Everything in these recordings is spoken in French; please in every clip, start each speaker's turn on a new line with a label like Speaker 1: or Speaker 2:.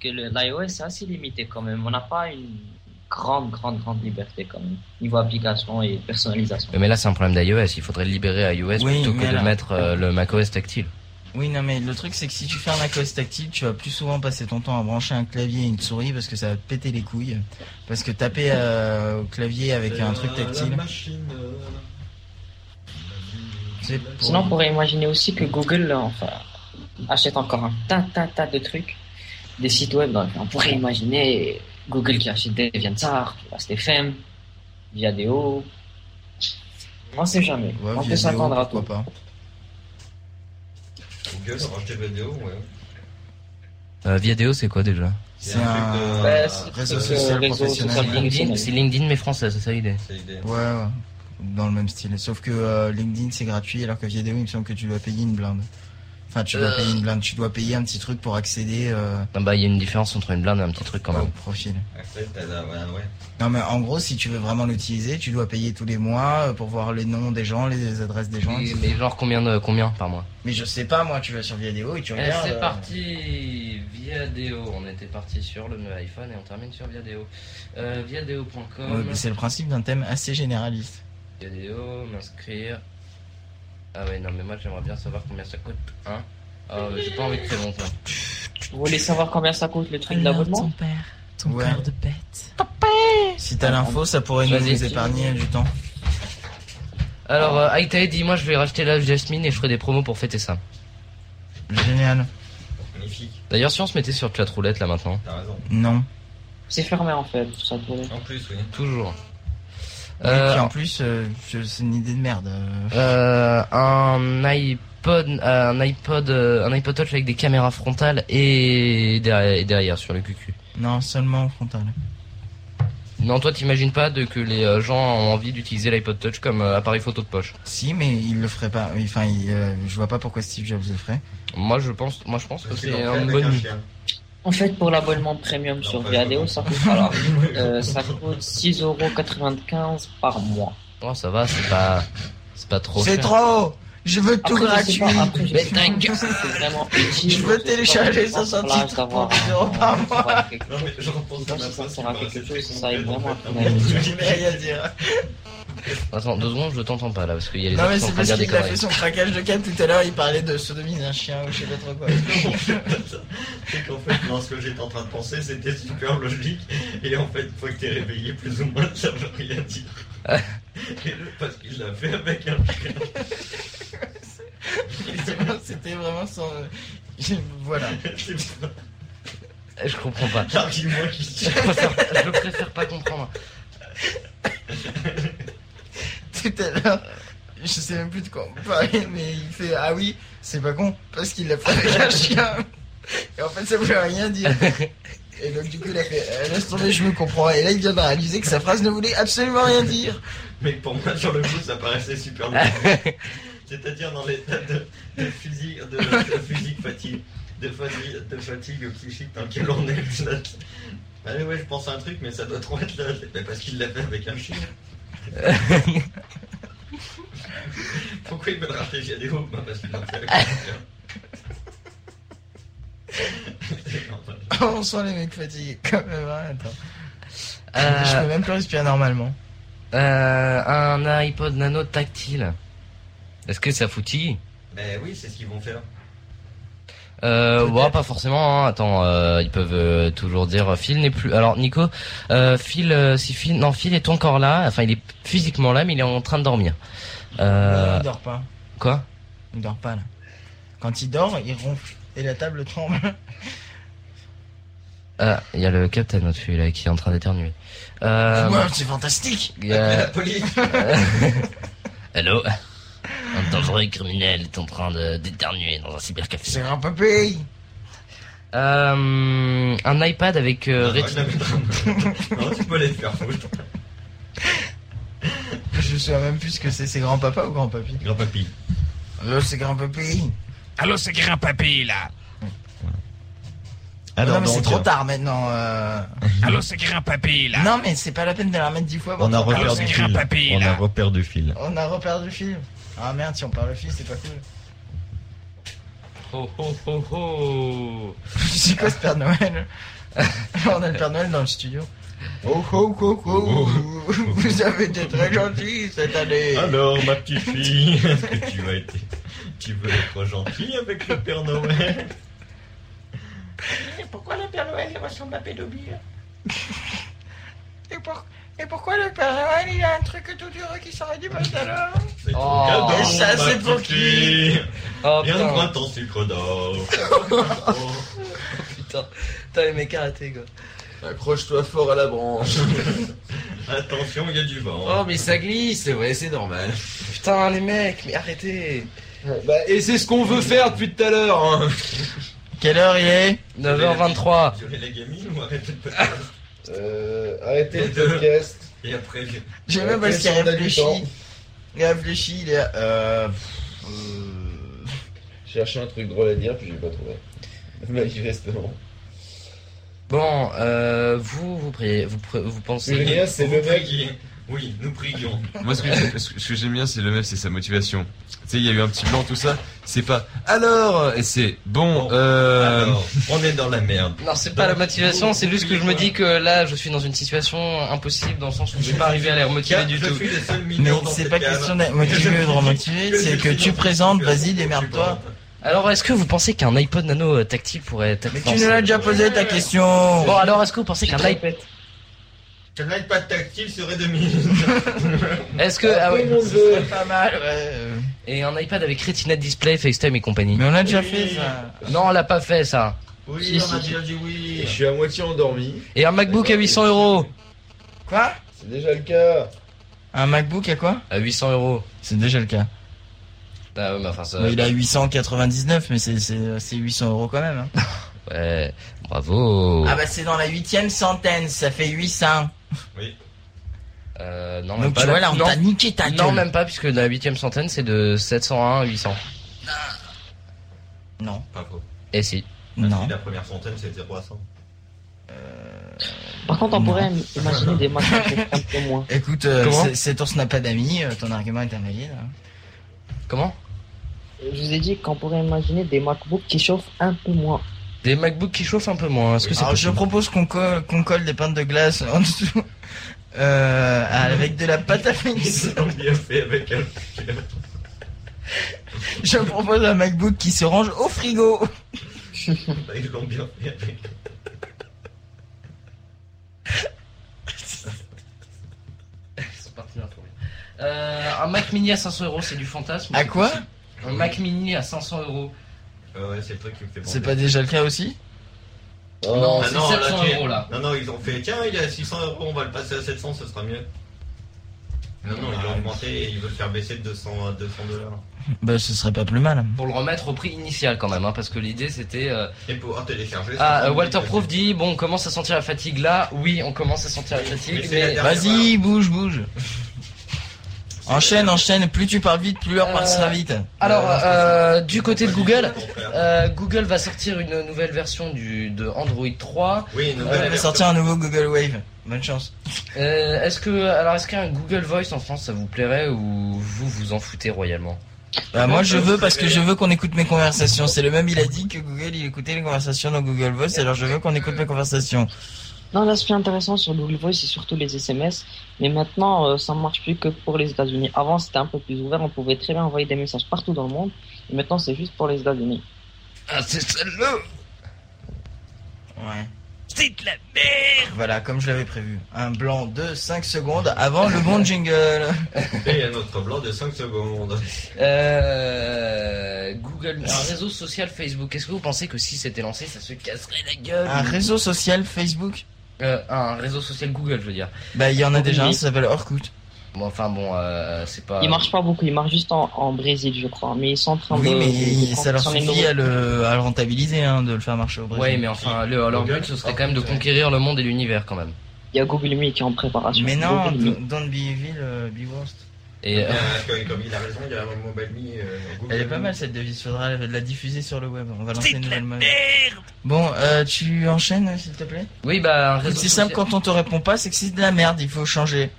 Speaker 1: que l'iOS est assez limité quand même. On n'a pas une grande, grande, grande liberté quand même, niveau application et personnalisation.
Speaker 2: Mais là, c'est un problème d'iOS. Il faudrait libérer iOS
Speaker 3: Oui,
Speaker 2: plutôt que
Speaker 3: mais
Speaker 2: de
Speaker 3: alors-
Speaker 2: mettre euh, le macOS tactile.
Speaker 3: Oui, non, mais le truc, c'est que si tu fais un macOS tactile, tu vas plus souvent passer ton temps à brancher un clavier et une souris parce que ça va te péter les couilles. Parce que taper euh, au clavier avec
Speaker 4: C'est,
Speaker 3: un
Speaker 4: euh,
Speaker 3: truc
Speaker 4: La
Speaker 3: tactile,
Speaker 4: machine. euh,
Speaker 3: c'est pour-
Speaker 1: Sinon, on pourrait imaginer aussi que Google euh, enfin, achète encore un tas, tas, tas de trucs, des sites web. Donc, on pourrait imaginer Google qui achète DeviantArt, AstFM, Viadeo. On ne sait jamais.
Speaker 3: Ouais,
Speaker 1: on peut
Speaker 3: vidéo,
Speaker 1: s'attendre à
Speaker 3: pourquoi
Speaker 1: tout.
Speaker 3: pas.
Speaker 4: Google a racheté vidéo, ouais.
Speaker 2: Euh, Viadeo, c'est quoi déjà
Speaker 3: C'est
Speaker 4: un truc
Speaker 3: un
Speaker 4: de-
Speaker 1: Ouais, c'est-
Speaker 3: réseau
Speaker 1: c'est-
Speaker 3: social
Speaker 1: réseau
Speaker 3: professionnel.
Speaker 1: social
Speaker 3: ouais.
Speaker 1: professionnel.
Speaker 2: C'est LinkedIn, mais français, c'est ça l'idée.
Speaker 4: C'est l'idée.
Speaker 3: Ouais, ouais. Dans le même style. Sauf que euh, LinkedIn, c'est gratuit, alors que Viadeo, il me semble que tu dois payer une blinde. Enfin, tu dois
Speaker 2: Euh.
Speaker 3: payer une blinde. Tu dois payer un petit truc pour accéder euh,
Speaker 2: Ah bah, il y a une différence entre une blinde et un petit truc quand
Speaker 3: au
Speaker 2: même.
Speaker 3: profil.
Speaker 4: Après, t'as la- ouais, ouais.
Speaker 3: Non mais en gros, si tu veux vraiment l'utiliser, tu dois payer tous les mois euh, pour voir les noms des gens, les adresses des gens.
Speaker 2: Mais,
Speaker 3: etc.
Speaker 2: mais genre combien de, combien par mois
Speaker 3: Mais je sais pas, moi, tu vas sur Viadeo et tu
Speaker 2: Eh,
Speaker 3: regardes.
Speaker 2: C'est
Speaker 3: euh,
Speaker 2: parti Viadeo. On était parti sur le iPhone et on termine sur Viadeo. Euh,
Speaker 3: ouais,
Speaker 2: Viadeo.com.
Speaker 3: mais c'est le principe d'un thème assez généraliste.
Speaker 2: Viadeo, m'inscrire. Ah ouais, non, mais moi j'aimerais bien savoir combien ça coûte. Hein Ah, ouais, J'ai pas envie de très longtemps.
Speaker 1: Vous voulez savoir combien ça coûte le truc
Speaker 5: Alors, ton
Speaker 1: d'abonnement
Speaker 5: père, ton
Speaker 3: Ouais.
Speaker 5: père de bête.
Speaker 3: Si
Speaker 1: Ah,
Speaker 3: t'as l'info, ça pourrait nous
Speaker 2: Vas-y.
Speaker 3: nous épargner du temps.
Speaker 2: Alors, euh, Aïtae dit Moi je vais racheter la Jasmine et je ferai des promos pour fêter ça.
Speaker 3: Génial.
Speaker 4: Magnifique,
Speaker 2: D'ailleurs, si on se mettait sur chat roulette là maintenant.
Speaker 4: t'as raison.
Speaker 3: Non.
Speaker 1: C'est fermé en fait, ça pourrait.
Speaker 4: En plus, oui.
Speaker 2: Toujours.
Speaker 3: Et
Speaker 2: Euh,
Speaker 3: puis en plus, euh, je- c'est une idée de merde. euh.
Speaker 2: euh, un iPod, euh, un iPod, euh, un iPod Touch avec des caméras frontales et derrière, et derrière sur le QQ.
Speaker 3: Non, seulement en frontal.
Speaker 2: Non, toi t'imagines pas de, que les euh, gens ont envie d'utiliser l'iPod Touch comme euh, appareil photo de poche.
Speaker 3: Si, mais il le ferait pas. Enfin, il, euh, je vois pas pourquoi Steve Jobs le ferait.
Speaker 2: Moi je pense, moi je pense que
Speaker 4: Parce
Speaker 2: c'est
Speaker 4: qu'ils l'ont fait
Speaker 2: un
Speaker 4: avec
Speaker 2: bon.
Speaker 4: chien.
Speaker 1: En fait, pour l'abonnement premium sur
Speaker 4: Enfin,
Speaker 1: Viadeo,
Speaker 4: je-
Speaker 1: ça coûte, alors, euh, ça coûte 6,95€ par mois.
Speaker 2: Oh ça va, c'est pas, c'est pas trop.
Speaker 3: C'est
Speaker 2: cher.
Speaker 3: trop Je veux tout
Speaker 1: Après, je sais
Speaker 3: gratuit
Speaker 1: pas, après, je
Speaker 2: Mais
Speaker 1: sais
Speaker 2: ta
Speaker 1: pas
Speaker 2: gueule.
Speaker 1: si c'est vraiment utile.
Speaker 3: Je veux télécharger
Speaker 1: ça
Speaker 3: 60 titres pour 10 euros par mois.
Speaker 4: Non, mais je repense
Speaker 1: Non,
Speaker 4: à ma
Speaker 1: ça
Speaker 4: phrase qui
Speaker 1: sert à
Speaker 4: me
Speaker 1: quelque
Speaker 4: paraissait
Speaker 1: chose,
Speaker 4: très
Speaker 1: ça aide
Speaker 4: complète,
Speaker 1: vraiment
Speaker 4: en
Speaker 1: à
Speaker 4: fait.
Speaker 1: finaliser.
Speaker 3: Il a rien à dire.
Speaker 2: Attends, deux secondes, je t'entends pas là parce qu'il y a les
Speaker 3: Non
Speaker 2: autres
Speaker 3: mais
Speaker 2: qui sont
Speaker 3: c'est
Speaker 2: en train de
Speaker 3: parce
Speaker 2: dire des
Speaker 3: qu'il a
Speaker 2: conneries.
Speaker 3: fait son craquage de câble tout à l'heure, il parlait de sodomie d'un chien ou je sais pas trop quoi.
Speaker 4: C'est qu'en fait, dans ce que j'étais en train de penser, c'était super logique. Et en fait, une fois que t'es réveillé, plus ou moins, ça veut rien dire. Et le- parce qu'il l'a fait avec un chien.
Speaker 3: C'était vraiment son... Voilà.
Speaker 4: C'est ça,
Speaker 2: Je comprends pas.
Speaker 4: l'argument qui
Speaker 2: Je
Speaker 4: tient.
Speaker 2: préfère, je préfère pas comprendre.
Speaker 3: Tout à l'heure, je sais même plus de quoi on parlait, mais il fait ah oui, c'est pas con, parce qu'il l'a fait avec un chien. Et en fait ça voulait rien dire. Et donc du coup il a fait euh, laisse tomber, je me comprends. Et là il vient de réaliser que sa phrase ne voulait absolument rien dire.
Speaker 4: Mais pour moi, sur le coup, ça paraissait super logique. C'est-à-dire dans l'état de, de, physique, de, de physique fatigue, de fatigue, de fatigue psychique dans lequel on est. là. Allez, ouais, je pense à un truc, mais ça doit trop être là. Mais parce qu'il l'a fait avec un chien. Pourquoi il veut le racheter via des hauts Bah, Parce qu'il l'a fait avec un chien. C'est normal.
Speaker 3: Oh, on sent les mecs fatigués quand même. hein, attends. Je
Speaker 2: Euh,
Speaker 3: peux même plus respirer normalement.
Speaker 2: euh, un iPod Nano tactile. Est-ce que ça foutille
Speaker 4: Mais oui, c'est ce qu'ils vont faire.
Speaker 2: Euh, ouais, pas forcément. hein. Attends, euh, ils peuvent euh, toujours dire euh, Phil n'est plus. Alors Nico, euh, Phil, euh, si Phil, non Phil est encore là. Enfin, il est physiquement là, mais il est en train de dormir.
Speaker 3: Non,
Speaker 2: Euh,
Speaker 3: Il dort pas.
Speaker 2: quoi
Speaker 3: Il dort pas là. Quand il dort, il ronfle. Et la table tremble.
Speaker 2: Ah, Il y a le capitaine au-dessus là qui est en train d'éternuer. Euh,
Speaker 3: Wow, c'est fantastique
Speaker 2: il y a-
Speaker 4: La police
Speaker 2: Allô Un dangereux criminel est en train de d'éternuer dans un cybercafé.
Speaker 3: C'est un papy
Speaker 2: Euh, un iPad avec euh,
Speaker 4: Non,
Speaker 2: rétine.
Speaker 4: non, tu peux les faire foutre.
Speaker 3: Je sais même plus ce que c'est, c'est grand-papa ou grand-papy
Speaker 4: Grand papy.
Speaker 3: Allô, c'est grand-papy
Speaker 6: Allô, c'est grand papy là.
Speaker 4: Ah
Speaker 3: Ah Non, mais c'est trop tard maintenant. euh.
Speaker 6: Allô, c'est grand papy là.
Speaker 3: Non, mais c'est pas la peine de la remettre dix fois. Ah,
Speaker 4: On a
Speaker 3: bon,
Speaker 4: repère
Speaker 6: Alors,
Speaker 4: du
Speaker 6: c'est
Speaker 4: fil.
Speaker 6: Grappapille,
Speaker 4: On a
Speaker 6: là.
Speaker 4: repère du fil.
Speaker 3: On a repère du film. Ah merde, si on perd le fil, c'est pas cool.
Speaker 2: Oh, oh, oh, oh.
Speaker 3: C'est quoi ce Père Noël On a le Père Noël dans le studio. Oh, oh, oh, oh, Ah, ben. vous avez été très gentil cette année.
Speaker 4: Alors, ma petite fille, est-ce que tu as été. Tu veux être gentil avec le Père Noël
Speaker 3: Pourquoi le Père Noël ressemble à pédobile et, pour- et pourquoi le Père Noël il a un truc tout dur qui sort du pantalon
Speaker 4: C'est ton
Speaker 2: Oh.
Speaker 4: cadeau,
Speaker 2: Et
Speaker 3: ça,
Speaker 4: ma
Speaker 3: c'est
Speaker 4: petite
Speaker 3: pour qui
Speaker 4: fille.
Speaker 2: Oh,
Speaker 4: Viens, prends
Speaker 2: putain.
Speaker 4: ton sucre d'or. Oh.
Speaker 2: Putain. Putain, les mecs arrêtez, quoi.
Speaker 5: Accroche-toi fort à la branche.
Speaker 4: Attention, il y a du vent.
Speaker 5: Oh, mais ça glisse, ouais, c'est normal.
Speaker 2: Putain, les mecs, mais arrêtez.
Speaker 5: Bah, et c'est ce qu'on veut faire depuis tout à l'heure, hein.
Speaker 3: Quelle heure il est
Speaker 2: 9h23.
Speaker 4: Violer la gamine ou arrêter le podcast
Speaker 5: Euh, arrêtez
Speaker 4: le
Speaker 5: podcast.
Speaker 4: Et après, vi-
Speaker 3: J'aime bien parce qu'il
Speaker 5: Quel soldat
Speaker 3: réfléchit.
Speaker 5: du temps.
Speaker 3: Il réfléchit, il est. à- Euh. pff, euh,
Speaker 5: J'ai cherché un truc drôle à dire, puis je l'ai pas trouvé. Manifestement.
Speaker 2: Bon, euh, vous, vous priez, vous, pre- vous pensez.
Speaker 5: Julien, c'est
Speaker 4: vous
Speaker 5: le mec.
Speaker 4: priez. Oui, nous prions.
Speaker 7: Moi, ce que, j'ai- ce que- ce que j'aime bien, c'est le meuf, c'est sa motivation. Tu sais, il y a eu un petit blanc, tout ça. C'est pas alors, et c'est
Speaker 4: Bon,
Speaker 7: bon, euh.
Speaker 4: Alors, on est dans la merde.
Speaker 2: Non, c'est pas la motivation, c'est juste que je me dis que là, je suis dans une situation impossible dans le sens où je vais pas arriver à les remotiver
Speaker 4: Tiens,
Speaker 2: du
Speaker 4: je
Speaker 2: tout.
Speaker 4: suis le seul
Speaker 3: Mais
Speaker 4: mignon dans
Speaker 3: c'est
Speaker 4: cette
Speaker 3: pas
Speaker 4: cave.
Speaker 3: question d'être motivé ou de remotivé, c'est que tu présentes, vas-y, démerde-toi.
Speaker 2: Alors, est-ce que vous pensez qu'un iPod Nano euh, tactile pourrait être
Speaker 3: Mais tu
Speaker 2: pensé
Speaker 3: nous l'as déjà posé ta question
Speaker 2: Bon, alors, est-ce que vous pensez qu'un iPod.
Speaker 4: Que l'iPad tactile serait de mise.
Speaker 2: Est-ce que. Ah ouais.
Speaker 3: Ce serait pas mal, ouais. euh.
Speaker 2: Et un iPad avec Retina Display, FaceTime et compagnie.
Speaker 3: Mais on a déjà
Speaker 4: Oui.
Speaker 3: fait ça.
Speaker 2: Non, on l'a pas fait ça.
Speaker 4: Oui,
Speaker 5: Si,
Speaker 4: on a
Speaker 5: si.
Speaker 4: déjà dit oui.
Speaker 5: Je suis à moitié endormi.
Speaker 2: Et un MacBook à 800 euros.
Speaker 3: Quoi
Speaker 5: C'est déjà le cas.
Speaker 3: Un MacBook à quoi
Speaker 2: À 800 euros.
Speaker 3: C'est déjà le cas.
Speaker 2: Bah ouais, mais enfin ça.
Speaker 3: Bah, il a 899, mais c'est- c'est c'est 800 euros quand même. hein.
Speaker 2: Ouais, bravo.
Speaker 3: Ah bah c'est dans la huitième centaine, ça fait 800.
Speaker 2: Euh, non, même
Speaker 3: Donc
Speaker 2: pas
Speaker 3: tu
Speaker 2: la-
Speaker 3: vois là, on
Speaker 2: non,
Speaker 3: t'a niqué ta gueule.
Speaker 2: non, même pas, puisque la huitième centaine c'est de 701 à 800.
Speaker 3: Non,
Speaker 4: Pas faux.
Speaker 2: Et Eh, si.
Speaker 3: non.
Speaker 4: La première centaine, c'est 0 à 100.
Speaker 1: Par contre, on pourrait imaginer des matchs un peu moins.
Speaker 3: Écoute, euh,
Speaker 2: Comment
Speaker 3: c'est- cet ours n'a pas d'amis, euh, ton argument est invalide. hein.
Speaker 2: Comment
Speaker 1: Je vous ai dit qu'on pourrait imaginer des MacBooks qui chauffent un peu moins.
Speaker 2: Des MacBooks qui chauffent un peu moins. Est-ce que c'est
Speaker 3: Alors je
Speaker 2: possible
Speaker 3: propose qu'on colle, qu'on colle des pintes de glace en dessous euh, avec de la pâte à fixe.
Speaker 4: Ils l'ont bien fait avec un.
Speaker 3: Je propose un MacBook qui se range au frigo.
Speaker 4: Bah, Ils l'ont bien fait avec.
Speaker 2: C'est parti, là, pour lui. Euh, un Mac Mini à 500 euros, c'est du fantasme.
Speaker 3: À quoi
Speaker 2: Un Mac Mini à 500 euros.
Speaker 4: Ouais, ouais, c'est le truc qui me fait penser.
Speaker 3: C'est pas déjà le cas aussi
Speaker 2: Non,
Speaker 3: Oh.
Speaker 4: Ah
Speaker 2: c'est
Speaker 4: non, là,
Speaker 2: 700
Speaker 4: tu-
Speaker 2: euros là.
Speaker 4: Non, non, ils ont fait tiens, il est à 600 euros, on va le passer à 700, ce sera mieux. Non, non,
Speaker 2: Ah,
Speaker 4: ils l'ont augmenté et ils veulent faire baisser de 200 à 200 dollars.
Speaker 3: Bah ce serait pas plus mal.
Speaker 2: Pour le remettre au prix initial quand même, hein, parce que l'idée c'était. euh,
Speaker 4: Et pouvoir télécharger.
Speaker 2: Ah, euh,
Speaker 4: c'est-
Speaker 2: Walter Proof dit bon, on commence à sentir la fatigue là. Oui, on commence à sentir la fatigue,
Speaker 4: Mais c'est la
Speaker 2: mais.
Speaker 4: dernière-
Speaker 3: Vas-y, bouge, bouge. Enchaîne, enchaîne. Plus tu pars vite, plus l'heure partira vite.
Speaker 2: Alors, euh, du côté de
Speaker 4: Pas du
Speaker 2: Google,
Speaker 4: tout, au contraire.
Speaker 2: euh, Google va sortir une nouvelle version du, de Android 3.
Speaker 4: Oui,
Speaker 3: On va
Speaker 4: nouvelle
Speaker 3: sortir un nouveau Google Wave. Bonne chance.
Speaker 2: Euh, est-ce que, alors, est-ce qu'un Google Voice en France ça vous plairait ou vous vous en foutez royalement
Speaker 3: Bah, moi je veux parce que je veux qu'on écoute mes conversations. C'est le même, il a dit que Google il écoutait les conversations dans Google Voice, alors je veux qu'on écoute mes conversations.
Speaker 1: Non, l'aspect intéressant sur Google Voice, c'est surtout les SMS. Mais maintenant, euh, ça ne marche plus que pour les États-Unis. Avant, c'était un peu plus ouvert. On pouvait très bien envoyer des messages partout dans le monde. Et maintenant, c'est juste pour les États-Unis.
Speaker 2: Ah, c'est celle-là
Speaker 3: Ouais. C'est de la merde Voilà, comme je l'avais prévu. Un blanc de 5 secondes avant le bon jingle.
Speaker 4: Et un autre blanc de 5 secondes.
Speaker 2: euh, Google, un réseau social Facebook. Est-ce que vous pensez que si c'était lancé, ça se casserait la gueule
Speaker 3: Un réseau social Facebook
Speaker 2: Euh, un réseau social Google, je veux dire.
Speaker 3: Bah il y en a déjà un, ça s'appelle Orkut.
Speaker 2: Bon, enfin bon, euh, c'est pas.
Speaker 1: Ils marchent pas beaucoup. Ils marchent juste en, en Brésil, je crois. Mais ils sont en train de.
Speaker 3: Oui, mais
Speaker 1: de-
Speaker 3: ça leur
Speaker 1: sur les
Speaker 3: suffit
Speaker 1: nouveaux-
Speaker 3: à le, à le rentabiliser, hein, de le faire marcher au Brésil.
Speaker 2: Ouais, mais enfin, le- leur
Speaker 4: Google,
Speaker 2: but ce
Speaker 3: Ah,
Speaker 2: serait
Speaker 4: Orkut,
Speaker 2: quand même de
Speaker 4: ouais.
Speaker 2: conquérir le monde et l'univers quand même.
Speaker 1: Il y a Google Me qui est en préparation.
Speaker 3: Mais non,
Speaker 1: Google Me.
Speaker 3: don't don't be evil, euh, be worst.
Speaker 2: Et euh,
Speaker 4: Euh, que- Comme il a raison, il y a un Mobile Me. euh, Google
Speaker 3: Elle est pas
Speaker 4: Me.
Speaker 3: mal cette devise, faudra la la diffuser sur le web. On va lancer une nouvelle mode. Bon, euh, tu enchaînes s'il te plaît
Speaker 2: oui, bah un réseau.
Speaker 3: C'est
Speaker 2: social-
Speaker 3: simple, quand on te répond pas, c'est que c'est de la merde, il faut changer.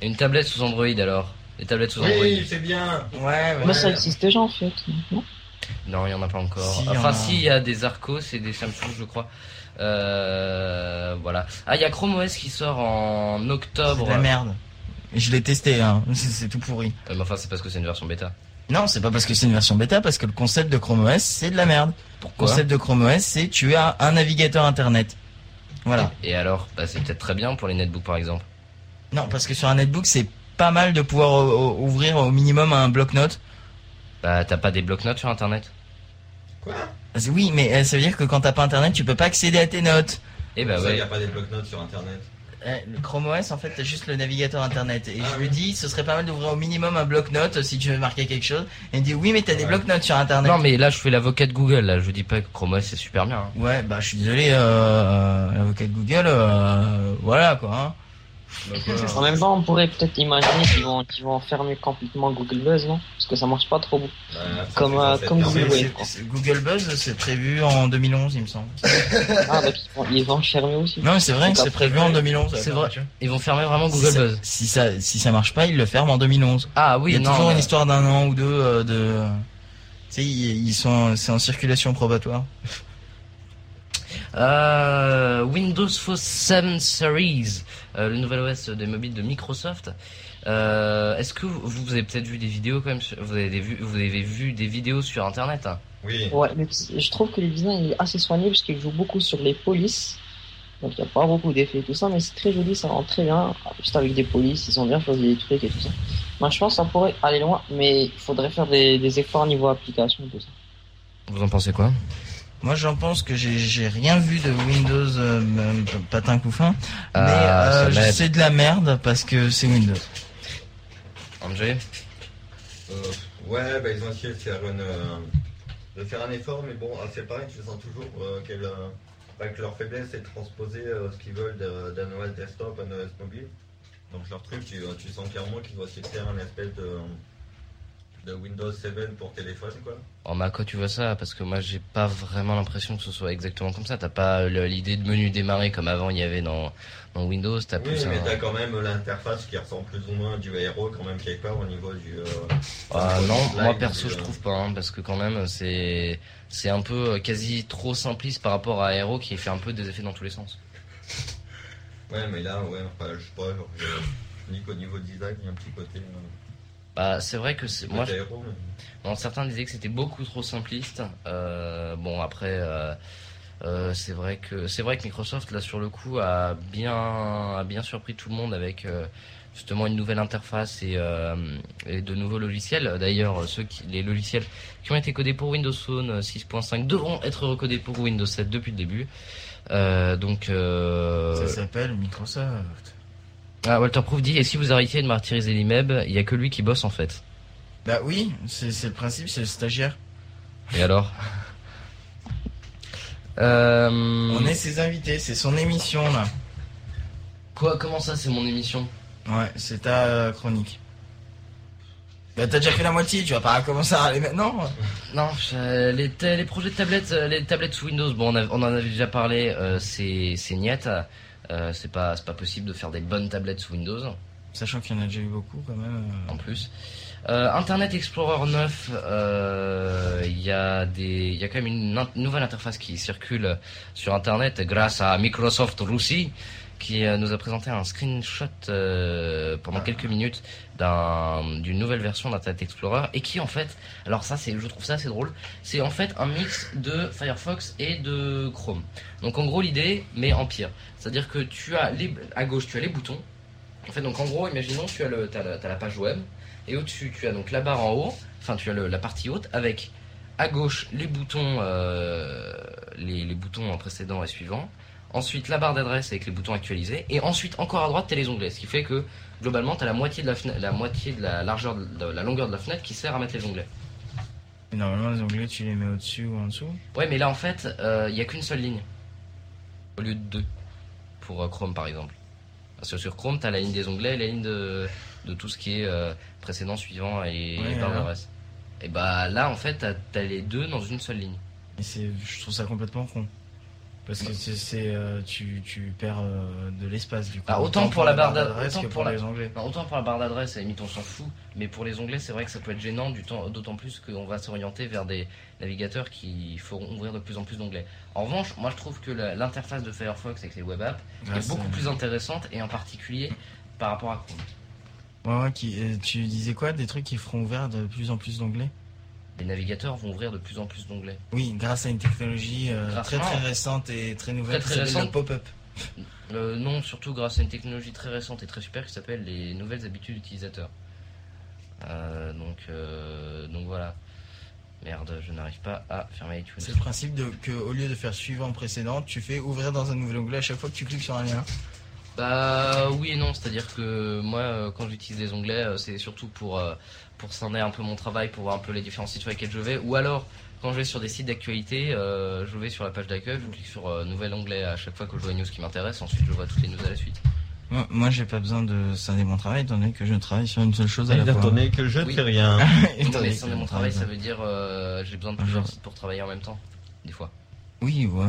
Speaker 2: Une tablette sous Android alors. Des tablettes sous Android.
Speaker 4: Oui, c'est bien.
Speaker 3: Ouais, ouais.
Speaker 1: Mais ça existe déjà en fait. non
Speaker 2: Non, il n'y en a pas encore.
Speaker 3: Si, il y en
Speaker 2: enfin,
Speaker 3: a.
Speaker 2: si, il y a des Arcos et des Samsung, je crois. Euh, voilà. Ah, il y a Chrome OS qui sort en
Speaker 3: C'est
Speaker 2: octobre.
Speaker 3: de la merde. Je l'ai testé, hein. c'est c'est tout pourri.
Speaker 2: Euh, mais enfin, c'est parce que c'est une version bêta.
Speaker 3: Non, c'est pas parce que c'est une version bêta, parce que le concept de Chrome OS, c'est de la merde. Le
Speaker 2: Pourquoi
Speaker 3: concept de Chrome OS, c'est tu as un navigateur internet. Voilà.
Speaker 2: Et alors, bah, c'est peut-être très bien pour les netbooks, par exemple.
Speaker 3: Non, parce que sur un netbook, c'est pas mal de pouvoir o- o- ouvrir au minimum un bloc-notes.
Speaker 2: Bah, t'as pas des blocs-notes sur Internet
Speaker 3: Parce que Oui, mais euh, ça veut dire que quand t'as pas internet, tu peux pas accéder à tes notes.
Speaker 2: Eh bah
Speaker 4: ça,
Speaker 2: ouais.
Speaker 4: y a pas des bloc-notes sur internet.
Speaker 3: Euh, Le Chrome OS, en fait, t'as juste le navigateur internet. Et
Speaker 4: Ah
Speaker 3: je
Speaker 4: oui.
Speaker 3: lui dis, ce serait pas mal d'ouvrir au minimum un bloc-notes euh, si tu veux marquer quelque chose. Et il me dit, oui, mais t'as des
Speaker 4: Ouais.
Speaker 3: bloc-notes sur internet.
Speaker 2: Non, mais là, je fais l'avocat de Google. Là, je vous dis pas que Chrome OS c'est super bien. hein.
Speaker 3: Ouais, bah je suis désolé, euh, l'avocat de Google, euh, voilà quoi. hein. Donc, euh,
Speaker 1: En même temps, on pourrait peut-être imaginer qu'ils vont, qu'ils vont fermer complètement Google Buzz, non Parce que ça marche pas trop.
Speaker 4: Bah, ça,
Speaker 1: Comme,
Speaker 4: c'est
Speaker 1: euh,
Speaker 4: censé être
Speaker 1: comme
Speaker 4: fermé.
Speaker 1: Google Wave.
Speaker 3: c'est- c'est- Google Buzz, c'est prévu en 2011, il me semble.
Speaker 1: Ah, donc ils vont, ils vont le fermer aussi.
Speaker 3: Non, mais c'est vrai que c'est
Speaker 1: D'accord.
Speaker 3: prévu en 2011.
Speaker 2: C'est
Speaker 3: alors,
Speaker 2: vrai.
Speaker 3: tu vois.
Speaker 2: Ils vont fermer vraiment
Speaker 3: Si
Speaker 2: Google
Speaker 3: ça-
Speaker 2: Buzz.
Speaker 3: Si ça, si ça marche pas, ils le ferment en 2011.
Speaker 2: Ah
Speaker 3: il y
Speaker 2: oui,
Speaker 3: a
Speaker 2: non.
Speaker 3: toujours
Speaker 2: mais-
Speaker 3: une histoire d'un an ou deux euh, de. Tu sais, ils, ils sont, c'est en circulation probatoire.
Speaker 2: Euh, Windows Phone 7 Series, euh, le nouvel OS des mobiles de Microsoft. Euh, Est-ce que vous, vous avez peut-être vu des vidéos quand même sur- Vous avez, des vu, vous avez vu des vidéos sur Internet hein
Speaker 4: Oui.
Speaker 1: Ouais, mais je trouve que le design il est assez soigné parce qu'il joue beaucoup sur les polices. Donc il n'y a pas beaucoup d'effets et tout ça, mais c'est très joli, ça rend très bien. Juste avec des polices, ils ont bien choisi les trucs et tout ça. Moi je pense que ça pourrait aller loin, mais il faudrait faire des, des efforts niveau application et tout ça.
Speaker 2: Vous en pensez quoi
Speaker 3: Moi, j'en pense que j'ai, j'ai rien vu de Windows euh, euh, patin couffin. mais
Speaker 2: Ah,
Speaker 3: euh,
Speaker 2: ça m'aide.
Speaker 3: c'est de la merde parce que c'est Windows.
Speaker 2: André
Speaker 4: Euh, ouais, bah, ils ont essayé de faire, une, euh, de faire un effort, mais bon, euh, c'est pareil, tu sens toujours euh, qu'elle, euh, bah, que leur faiblesse est de transposer euh, ce qu'ils veulent de- d'un OS desktop à un OS mobile. Donc leur truc, tu, euh, tu sens clairement qu'ils vont essayer de faire un espèce de, de Windows 7 pour téléphone, quoi.
Speaker 2: Oh, mais à quoi tu vois ça Parce que moi, j'ai pas vraiment l'impression que ce soit exactement comme ça. T'as pas le- l'idée de menu démarrer comme avant il y avait dans, dans Windows. T'as
Speaker 4: Oui,
Speaker 2: plus un-
Speaker 4: mais t'as quand même l'interface qui ressemble plus ou moins du Aero quand même quelque part au niveau du... euh,
Speaker 2: Ah,
Speaker 4: au niveau
Speaker 2: non,
Speaker 4: du
Speaker 2: moi
Speaker 4: slide,
Speaker 2: perso
Speaker 4: du,
Speaker 2: je
Speaker 4: euh,
Speaker 2: trouve pas, hein, parce que quand même c'est c'est un peu euh, quasi trop simpliste par rapport à Aero qui fait un peu des effets dans tous les sens.
Speaker 4: euh, Ouais, mais là, ouais, enfin, je sais pas, genre, je, je dis qu'au niveau design, il y a un petit côté... euh,
Speaker 2: Bah c'est vrai que c'est moi
Speaker 4: côté Aero, mais-
Speaker 2: Bon, certains disaient que c'était beaucoup trop simpliste. Euh, bon, après, euh, euh, c'est vrai que c'est vrai que Microsoft là sur le coup a bien a bien surpris tout le monde avec euh, justement une nouvelle interface et, euh, et de nouveaux logiciels. D'ailleurs, ceux qui, les logiciels qui ont été codés pour Windows Phone 6.5 devront être recodés pour Windows 7 depuis le début. Euh, donc euh,
Speaker 3: Ça s'appelle Microsoft.
Speaker 2: ah, Walter Proof dit et si vous arrêtez de martyriser l'IMEB, il y a que lui qui bosse en fait.
Speaker 3: Bah oui, c'est, c'est le principe, c'est le stagiaire.
Speaker 2: Et alors Euh,
Speaker 3: On est ses invités, c'est son émission là.
Speaker 2: Quoi Comment ça C'est mon émission
Speaker 3: Ouais, c'est ta euh, chronique. Bah t'as déjà fait la moitié, tu vas pas commencer à aller maintenant.
Speaker 2: Non, je- les, ta- les projets de tablettes, euh, les tablettes sous Windows. Bon, on, a- on en avait déjà parlé. euh, c'est c'est niette. Euh, c'est pas c'est pas possible de faire des bonnes tablettes sous Windows
Speaker 3: Sachant qu'il y en a déjà eu beaucoup quand même. euh.
Speaker 2: en plus. Euh, Internet Explorer 9, euh, il y a des, il y a quand même une in- nouvelle interface qui circule sur Internet grâce à Microsoft Russie qui euh, nous a présenté un screenshot euh, pendant quelques minutes d'un- d'une nouvelle version d'Internet Explorer et qui en fait, alors ça c'est, je trouve ça assez drôle, c'est en fait un mix de Firefox et de Chrome. Donc en gros l'idée, mais en pire, c'est-à-dire que tu as les, à gauche tu as les boutons. En fait, donc en gros, imaginons, tu as, le, t'as la, t'as la page web, et au-dessus, tu as donc la barre en haut, enfin, tu as le- la partie haute, avec à gauche les boutons, euh, les, les boutons euh, précédents et suivants, ensuite la barre d'adresse avec les boutons actualisés, et ensuite encore à droite, tu as les onglets, ce qui fait que globalement, tu as la moitié de la, fena- la moitié de la largeur, de, de la longueur de la fenêtre qui sert à mettre les onglets.
Speaker 3: Mais Euh, Normalement les onglets tu les mets au-dessus ou en dessous.
Speaker 2: Ouais, mais là en fait, euh, il y a qu'une seule ligne, au lieu de deux, pour euh, Chrome par exemple. Parce que sur Chrome, t'as la ligne des onglets et la ligne de, de tout ce qui est euh, précédent, suivant et
Speaker 3: Ouais,
Speaker 2: barre
Speaker 3: alors.
Speaker 2: d'adresse. Et bah là en fait, t'as- t'as les deux dans une seule ligne.
Speaker 3: Et c'est, je trouve ça complètement con. Parce que c'est, c'est, euh, tu, tu perds euh, de l'espace du coup.
Speaker 2: Ah, autant pour la barre d'ad-
Speaker 3: d'adresse
Speaker 2: autant
Speaker 3: que
Speaker 2: pour
Speaker 3: pour
Speaker 2: la-
Speaker 3: les onglets.
Speaker 2: Enfin, Bah, autant pour la barre d'adresse, à la limite, on s'en fout, mais pour les onglets, c'est vrai que ça peut être gênant, du temps- d'autant plus qu'on va s'orienter vers des navigateurs qui feront ouvrir de plus en plus d'onglets. En revanche, moi je trouve que la- l'interface de Firefox avec les web apps
Speaker 3: Ouais,
Speaker 2: est
Speaker 3: Ah, c'est-
Speaker 2: beaucoup plus intéressante, et en particulier par rapport à Chrome.
Speaker 3: Ouais, ouais, qui, euh, tu disais quoi Des trucs qui feront ouvert de plus en plus d'onglets
Speaker 2: Les navigateurs vont ouvrir de plus en plus d'onglets.
Speaker 3: Oui, grâce à une technologie euh,
Speaker 2: Grâce-
Speaker 3: très très
Speaker 2: non.
Speaker 3: récente et très nouvelle.
Speaker 2: Très, très
Speaker 3: qui s'appelle le
Speaker 2: récente.
Speaker 3: pop-up.
Speaker 2: Euh, non, surtout grâce à une technologie très récente et très super qui s'appelle les nouvelles habitudes utilisateurs. Euh, donc, euh, donc voilà. Merde, je n'arrive pas à fermer iTunes.
Speaker 3: C'est le principe de, que au lieu de faire suivant précédent, tu fais ouvrir dans un nouvel onglet à chaque fois que tu cliques sur un lien.
Speaker 2: Bah oui et non, c'est-à-dire que moi euh, quand j'utilise les onglets, euh, c'est surtout pour euh, pour cerner un peu mon travail, pour voir un peu les différents sites sur lesquels je vais, ou alors quand je vais sur des sites d'actualité, euh, je vais sur la page d'accueil, je clique sur euh, nouvel onglet à chaque fois que je vois une news qui m'intéresse, ensuite je vois toutes les news à la suite.
Speaker 3: Moi, moi, j'ai pas besoin de cerner mon travail étant donné que je travaille sur une seule chose à la fois.
Speaker 5: Attendez que je ne
Speaker 2: Oui.
Speaker 5: fais rien.
Speaker 3: Étant
Speaker 2: mais
Speaker 3: donné
Speaker 2: cerner
Speaker 3: que
Speaker 2: mon
Speaker 3: je
Speaker 2: travail, ça
Speaker 3: travaille- Mmh.
Speaker 2: veut dire euh, j'ai besoin de plusieurs sites pour travailler en même temps, des fois.
Speaker 3: Oui, ouais.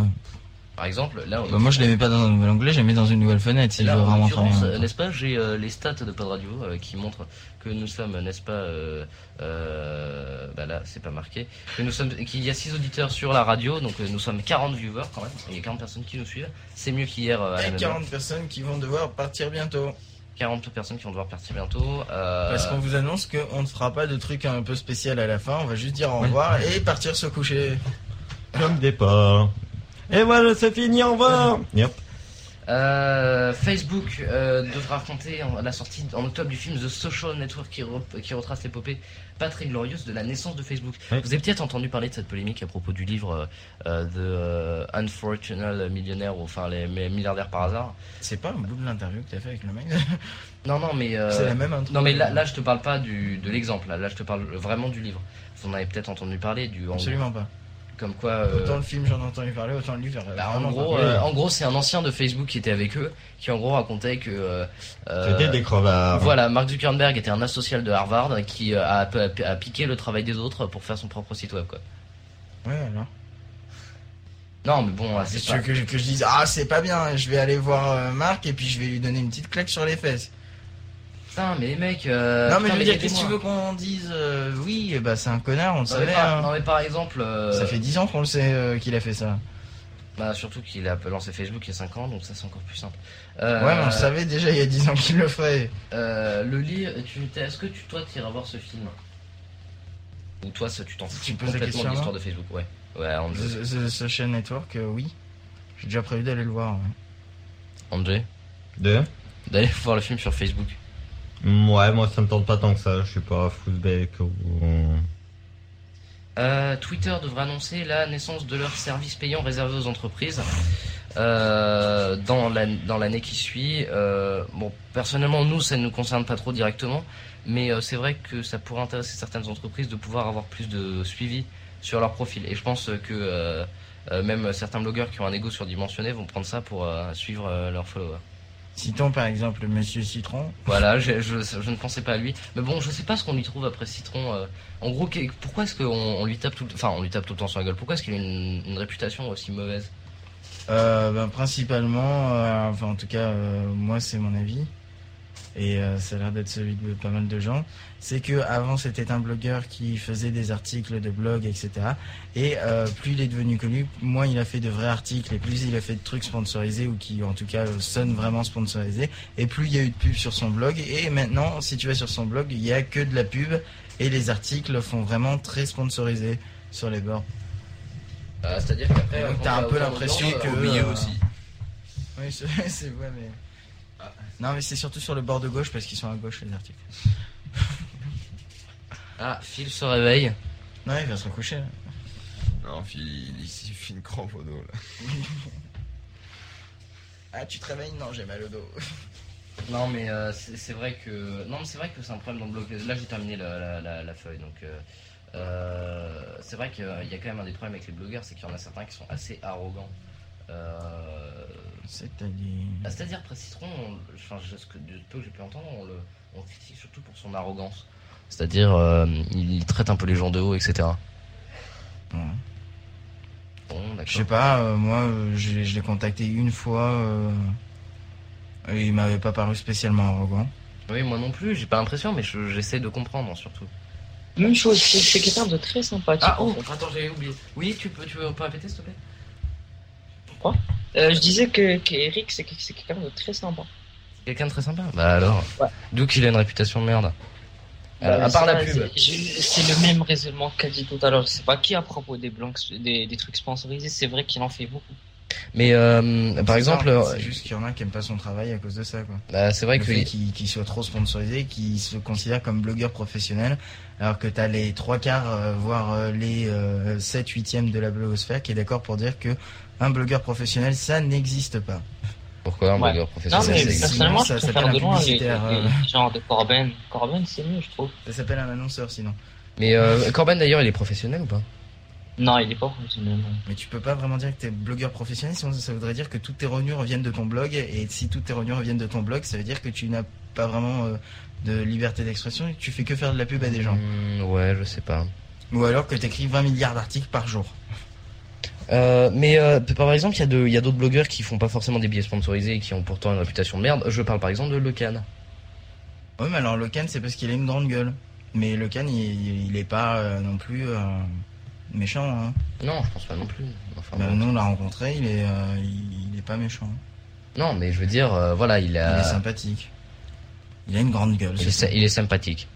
Speaker 2: Par exemple, là,
Speaker 3: Bah, moi, je les mets pas dans un nouvel onglet, je les mets dans une nouvelle fenêtre si
Speaker 2: Et
Speaker 3: je
Speaker 2: là,
Speaker 3: veux
Speaker 2: en
Speaker 3: vraiment travailler.
Speaker 2: l'occurrence,
Speaker 3: en même temps.
Speaker 2: n'est-ce pas, j'ai euh, les stats de Pod Radio euh, qui montrent que nous sommes, n'est-ce pas, euh, euh, bah là, c'est pas marqué, que nous sommes, qu'il y a 6 auditeurs sur la radio, donc euh, nous sommes 40 viewers quand même, il y a 40 personnes qui nous suivent, c'est mieux qu'hier euh, à la
Speaker 3: Et
Speaker 2: même
Speaker 3: 40 personnes qui vont devoir partir bientôt.
Speaker 2: heure. 40 personnes qui vont devoir partir bientôt, euh,
Speaker 3: Parce qu'on vous annonce qu'on ne fera pas de truc un peu spécial à la fin, on va juste dire au revoir et partir se coucher.
Speaker 5: Comme des porcs. Et voilà, c'est fini, au revoir. Yep.
Speaker 2: euh, Facebook euh, devra raconter en- la sortie en octobre du film The Social Network qui, re- qui retrace l'épopée pas très glorieuse de la naissance de Facebook.
Speaker 5: Ouais.
Speaker 2: Vous avez peut-être entendu parler de cette polémique à propos du livre euh, de euh, Unfortunate Millionaire, ou enfin les mi- milliardaires par hasard.
Speaker 3: C'est pas au bout de l'interview que t'as fait avec le mec
Speaker 2: Non, non, mais euh,
Speaker 3: C'est la même intro.
Speaker 2: non, mais là, là, je te parle pas du, de l'exemple. Là, là, je te parle vraiment du livre. Vous en avez peut-être entendu parler du. en-
Speaker 3: Absolument pas.
Speaker 2: Comme quoi. euh,
Speaker 3: Autant le film j'en ai entendu parler, autant le livre.
Speaker 2: bah, en
Speaker 3: vraiment
Speaker 2: gros,
Speaker 3: pas.
Speaker 2: euh, en gros, c'est un ancien de Facebook qui était avec eux, qui en gros racontait que. euh, euh,
Speaker 5: C'était des crevards.
Speaker 2: Voilà, Mark Zuckerberg était un asocial de Harvard qui euh, a, a- a piqué le travail des autres pour faire son propre site web, quoi.
Speaker 3: Ouais, alors.
Speaker 2: Non, mais bon, c'est
Speaker 3: Si tu
Speaker 2: pas...
Speaker 3: veux Ah, que je, que je dise ah c'est pas bien, je vais aller voir euh, Marc et puis je vais lui donner une petite claque sur les fesses.
Speaker 2: Putain, mais les mecs... euh,
Speaker 3: non mais
Speaker 2: putain,
Speaker 3: je veux dire qu'est-ce que
Speaker 2: aidez-moi.
Speaker 3: tu veux qu'on dise euh, oui eh bah c'est un connard on
Speaker 2: non
Speaker 3: le
Speaker 2: mais,
Speaker 3: savait.
Speaker 2: par,
Speaker 3: hein.
Speaker 2: non, mais par exemple, euh,
Speaker 3: Ça fait 10 ans qu'on le sait euh, qu'il a fait ça.
Speaker 2: bah, surtout qu'il a lancé Facebook il y a 5 ans, donc ça c'est encore plus simple. Euh,
Speaker 3: Ouais mais on le savait déjà il y a 10 ans qu'il le ferait.
Speaker 2: euh, le livre, tu, t'es- est-ce que tu, toi, t'iras voir ce film Ou toi, ça, tu t'en fous
Speaker 3: Tu poses la
Speaker 2: complètement
Speaker 3: question
Speaker 2: de
Speaker 3: à
Speaker 2: l'histoire de Facebook, ouais. Ouais, André.
Speaker 3: The, The Social Network euh, oui. J'ai déjà prévu d'aller le voir. ouais.
Speaker 2: André,
Speaker 5: Deux.
Speaker 2: d'aller voir le film sur Facebook.
Speaker 5: Mm, Ouais, moi ça me tente pas tant que ça. Je suis pas football ou.
Speaker 2: Euh, Twitter devrait annoncer la naissance de leur service payant réservé aux entreprises euh, dans la- dans l'année qui suit. Euh, bon, personnellement, nous, ça ne nous concerne pas trop directement, mais euh, c'est vrai que ça pourrait intéresser certaines entreprises de pouvoir avoir plus de suivi sur leur profil. Et je pense que euh, euh, même certains blogueurs qui ont un ego surdimensionné vont prendre ça pour euh, suivre euh, leurs followers.
Speaker 3: Citons par exemple Monsieur Citron.
Speaker 2: Voilà, je, je, je ne pensais pas à lui. Mais bon, je sais pas ce qu'on lui trouve après Citron. euh. en gros, qu'est- pourquoi est-ce qu'on on lui tape tout, le- enfin, on lui tape tout le temps sur la gueule Pourquoi est-ce qu'il a une, une réputation aussi mauvaise
Speaker 3: Euh, ben, principalement, euh, enfin en tout cas euh, moi c'est mon avis et euh, ça a l'air d'être celui de pas mal de gens, c'est que avant c'était un blogueur qui faisait des articles de blog etc. Et euh, plus il est devenu connu, moins il a fait de vrais articles et plus il a fait de trucs sponsorisés ou qui en tout cas euh, sonnent vraiment sponsorisés et plus il y a eu de pubs sur son blog et maintenant si tu vas sur son blog il y a que de la pub et les articles font vraiment très sponsorisés sur les bords.
Speaker 2: Euh, C'est-à-dire qu'après,
Speaker 3: Donc,
Speaker 2: quand
Speaker 3: t'as un
Speaker 2: t'as
Speaker 3: peu
Speaker 2: autant
Speaker 3: l'impression
Speaker 2: d'audience,
Speaker 3: que.
Speaker 2: euh,
Speaker 3: milieu aussi. Oui, c'est c'est vrai, mais. Ah. Non, mais c'est surtout sur le bord de gauche parce qu'ils sont à gauche les articles.
Speaker 2: Ah, Phil se réveille.
Speaker 3: Non, il va se recoucher. là.
Speaker 7: Non, puis il, il s'y fait une crampe au dos là.
Speaker 3: Ah, tu te réveilles Non, j'ai mal au dos.
Speaker 2: Non, mais euh, c'est c'est vrai que non, mais c'est vrai que c'est un problème dans le blog. Là, j'ai terminé la, la, la, la feuille, donc. euh, euh, c'est vrai qu'il y a quand même un des problèmes avec les blogueurs, c'est qu'il y en a certains qui sont assez arrogants. Euh,
Speaker 3: C'est-à-dire.
Speaker 2: Ah, C'est-à-dire, après Citron, on- enfin, je- ce que, du peu que j'ai pu entendre, on le on le critique surtout pour son arrogance. C'est-à-dire, euh, il traite un peu les gens de haut, etc.
Speaker 3: Ouais.
Speaker 2: Bon,
Speaker 3: Je sais
Speaker 2: d'accord.
Speaker 3: pas, euh, moi, euh, je, l'ai- je l'ai contacté une fois. euh, et il m'avait pas paru spécialement arrogant.
Speaker 2: Oui, moi non plus, j'ai pas l'impression, mais je- j'essaie de comprendre hein, surtout.
Speaker 1: Même chose, c'est c'est quelqu'un de très sympathique.
Speaker 2: Ah,
Speaker 1: en
Speaker 2: oh,
Speaker 1: fait.
Speaker 2: attends, j'avais oublié. Oui, tu peux, tu peux pas répéter, s'il te plaît
Speaker 1: Euh, je disais que qu'Eric, c'est c'est quelqu'un de très sympa.
Speaker 2: Quelqu'un de très sympa. Bah alors.
Speaker 1: Ouais.
Speaker 2: D'où qu'il a une réputation de merde.
Speaker 1: Bah,
Speaker 2: Alors, Euh, à part la
Speaker 1: c'est-
Speaker 2: pub.
Speaker 1: c'est- C'est le même raisonnement qu'a dit tout à l'heure. Je sais pas qui à propos des blancs, des, des trucs sponsorisés. C'est vrai qu'il en fait beaucoup.
Speaker 2: Mais euh, par
Speaker 3: C'est
Speaker 2: exemple,
Speaker 3: ça, en fait,
Speaker 2: euh,
Speaker 3: c'est juste qu'il y en a qui aiment pas son travail à cause de ça, quoi.
Speaker 2: bah, c'est vrai
Speaker 3: le
Speaker 2: que
Speaker 3: fait qu'il qu'il soit trop sponsorisé, qu'il se considère comme blogueur professionnel, alors que t'as les trois quarts, euh, voire euh, les 7 huitièmes de la blogosphère qui est d'accord pour dire que un blogueur professionnel, ça n'existe pas.
Speaker 2: pourquoi un
Speaker 1: Ouais.
Speaker 2: blogueur
Speaker 1: Non,
Speaker 2: professionnel
Speaker 1: mais
Speaker 2: ça existe
Speaker 1: personnellement,
Speaker 3: ça
Speaker 1: je
Speaker 3: s'appelle
Speaker 1: préfère
Speaker 3: un
Speaker 1: de loin les,
Speaker 3: publicitaire,
Speaker 1: les-
Speaker 3: euh.
Speaker 1: les genres de Corben. Corben, c'est mieux, je trouve.
Speaker 3: Ça s'appelle un annonceur sinon.
Speaker 2: Mais euh, Corben d'ailleurs, il est professionnel ou pas
Speaker 1: Non, il est pas professionnel. non.
Speaker 3: Mais tu peux pas vraiment dire que t'es blogueur professionnel, sinon ça voudrait dire que tous tes revenus reviennent de ton blog, et si tous tes revenus reviennent de ton blog, ça veut dire que tu n'as pas vraiment euh, de liberté d'expression et que tu fais que faire de la pub à des gens.
Speaker 2: Hmm, Ouais, je sais pas.
Speaker 3: Ou alors que t'écris 20 milliards d'articles par jour.
Speaker 2: Euh, mais euh, par exemple, il y a de- il y a d'autres blogueurs qui font pas forcément des billets sponsorisés et qui ont pourtant une réputation de merde. Je parle par exemple de Locan.
Speaker 3: Oui, mais alors Locan, c'est parce qu'il a une grande gueule. Mais Locan, il, il est pas euh, non plus euh, méchant. Hein.
Speaker 2: Non, je pense pas non plus. Enfin,
Speaker 3: Bah,
Speaker 2: Ah bon.
Speaker 3: nous, on l'a rencontré, il est, euh, il, il est pas méchant.
Speaker 2: Non, mais je veux dire, euh, voilà, il
Speaker 3: Il
Speaker 2: a.
Speaker 3: est sympathique. Il a une grande gueule.
Speaker 2: Il
Speaker 3: c'est
Speaker 2: est,
Speaker 3: tout.
Speaker 2: sy- il est sympathique.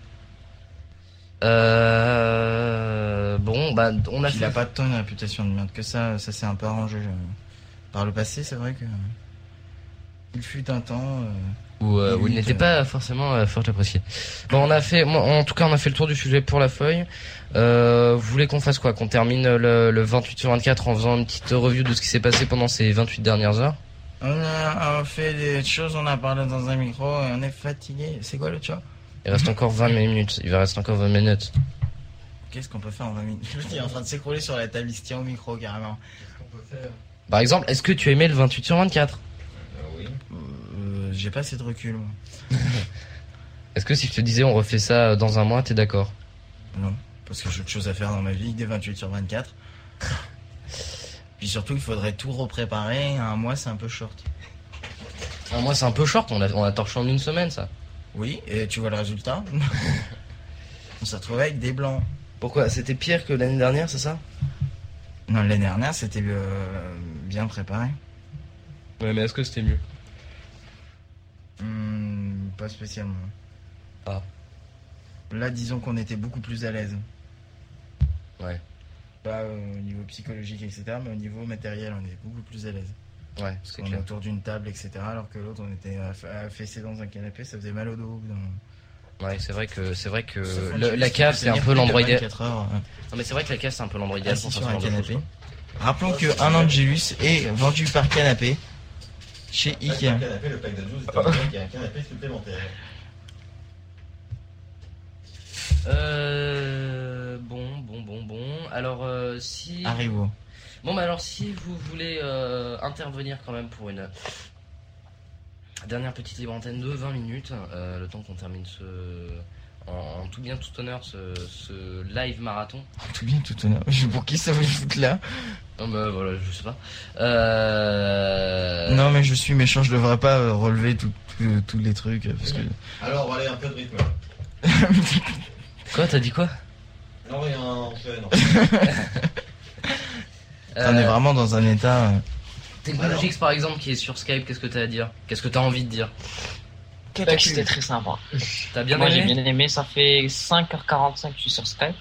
Speaker 2: Euh, bon, bah, on a
Speaker 3: Il
Speaker 2: fait.
Speaker 3: a pas tant une réputation de merde que ça. Ça s'est un peu arrangé euh, par le passé, c'est vrai que. Il fut un temps. euh,
Speaker 2: Ou, euh, ou il
Speaker 3: Limite,
Speaker 2: n'était
Speaker 3: euh.
Speaker 2: pas forcément euh, fort apprécié. Bon, on a fait, moi, en tout cas, on a fait le tour du sujet pour la feuille. Euh, vous voulez qu'on fasse quoi Qu'on termine le, le 28 sur 24 en faisant une petite review de ce qui s'est passé pendant ces 28 dernières heures
Speaker 3: On a on fait des choses, on a parlé dans un micro et on est fatigué. C'est quoi le chat
Speaker 2: Il reste encore 20 minutes. Il va rester encore 20 minutes.
Speaker 3: Qu'est-ce qu'on peut faire en 20 minutes Il est en train de s'écrouler sur la table, il se tient au micro carrément.
Speaker 2: Par exemple, est-ce que tu aimais le 28 sur 24
Speaker 3: Euh, J'ai pas assez de recul, moi.
Speaker 2: Est-ce que si je te disais on refait ça euh, dans un mois, t'es d'accord
Speaker 3: Non, parce que j'ai autre chose à faire dans ma vie que des 28 sur 24. Puis surtout, il faudrait tout repréparer. Un mois, c'est un peu short.
Speaker 2: Un mois, c'est un peu short. On a, on a torché en une semaine, ça.
Speaker 3: Oui, et tu vois le résultat On s'est retrouvé avec des blancs.
Speaker 2: Pourquoi C'était pire que l'année dernière, c'est ça
Speaker 3: Non, l'année dernière, c'était euh, bien préparé.
Speaker 2: Ouais, mais est-ce que c'était mieux
Speaker 3: Hmm, pas spécialement.
Speaker 2: Ah.
Speaker 3: Là, disons qu'on était beaucoup plus à l'aise.
Speaker 2: Ouais.
Speaker 3: Pas euh, au niveau psychologique, etc., mais au niveau matériel, on était beaucoup plus à l'aise.
Speaker 2: Ouais, c'est
Speaker 3: On est
Speaker 2: clair.
Speaker 3: autour d'une table, etc. Alors que l'autre, on était aff- affaissé dans un canapé, ça faisait mal au dos. au bout d'un moment.
Speaker 2: Ouais, c'est vrai que c'est vrai que
Speaker 3: Sauf quand
Speaker 2: Euh, le-
Speaker 3: tu
Speaker 2: la
Speaker 3: risques
Speaker 2: cave
Speaker 3: de
Speaker 2: c'est un
Speaker 3: tenir
Speaker 2: peu
Speaker 3: plus de
Speaker 2: l'endroit idéal.
Speaker 3: 24 heures, euh,
Speaker 2: Non, mais c'est vrai que la cave c'est un peu l'endroit idéal
Speaker 3: assis
Speaker 2: pour
Speaker 3: sur
Speaker 2: faire
Speaker 3: un
Speaker 2: ce genre de
Speaker 3: canapé.
Speaker 2: choses,
Speaker 3: Rappelons que un an de Gélus est vendu par canapé chez
Speaker 4: Le pack
Speaker 2: Ah,
Speaker 3: Ikea.
Speaker 4: de canapé, le pack de 12 est un pack qui a un canapé supplémentaire.
Speaker 2: quoi. Euh, bon, bon, bon, bon. Alors euh, si
Speaker 3: Arrivo.
Speaker 2: bon, bah alors si vous voulez euh, intervenir quand même pour une dernière petite libre antenne de 20 minutes, euh, le temps qu'on termine ce en, en tout bien tout honneur ce, ce live marathon.
Speaker 3: Tout bien, tout honneur. Pour qui ça vous foutre là
Speaker 2: Non mais voilà, je sais pas. Euh...
Speaker 3: Non, mais je suis méchant, je devrais pas euh, relever tout- tout- tous les trucs. euh, Parce que...
Speaker 4: Alors, on va aller un peu de rythme.
Speaker 2: Quoi, t'as dit quoi
Speaker 4: Non, rien, on fait, non.
Speaker 3: On est
Speaker 2: Euh,
Speaker 3: vraiment dans un état. euh,
Speaker 2: Technologix par exemple qui est sur Skype, qu'est-ce que t'as à dire Qu'est-ce que t'as envie de dire
Speaker 1: Fait que C'était très sympa.
Speaker 2: T'as bien
Speaker 1: Moi, j'ai
Speaker 2: aimé
Speaker 1: bien aimé. Ça fait 5h45 que je suis sur Skype.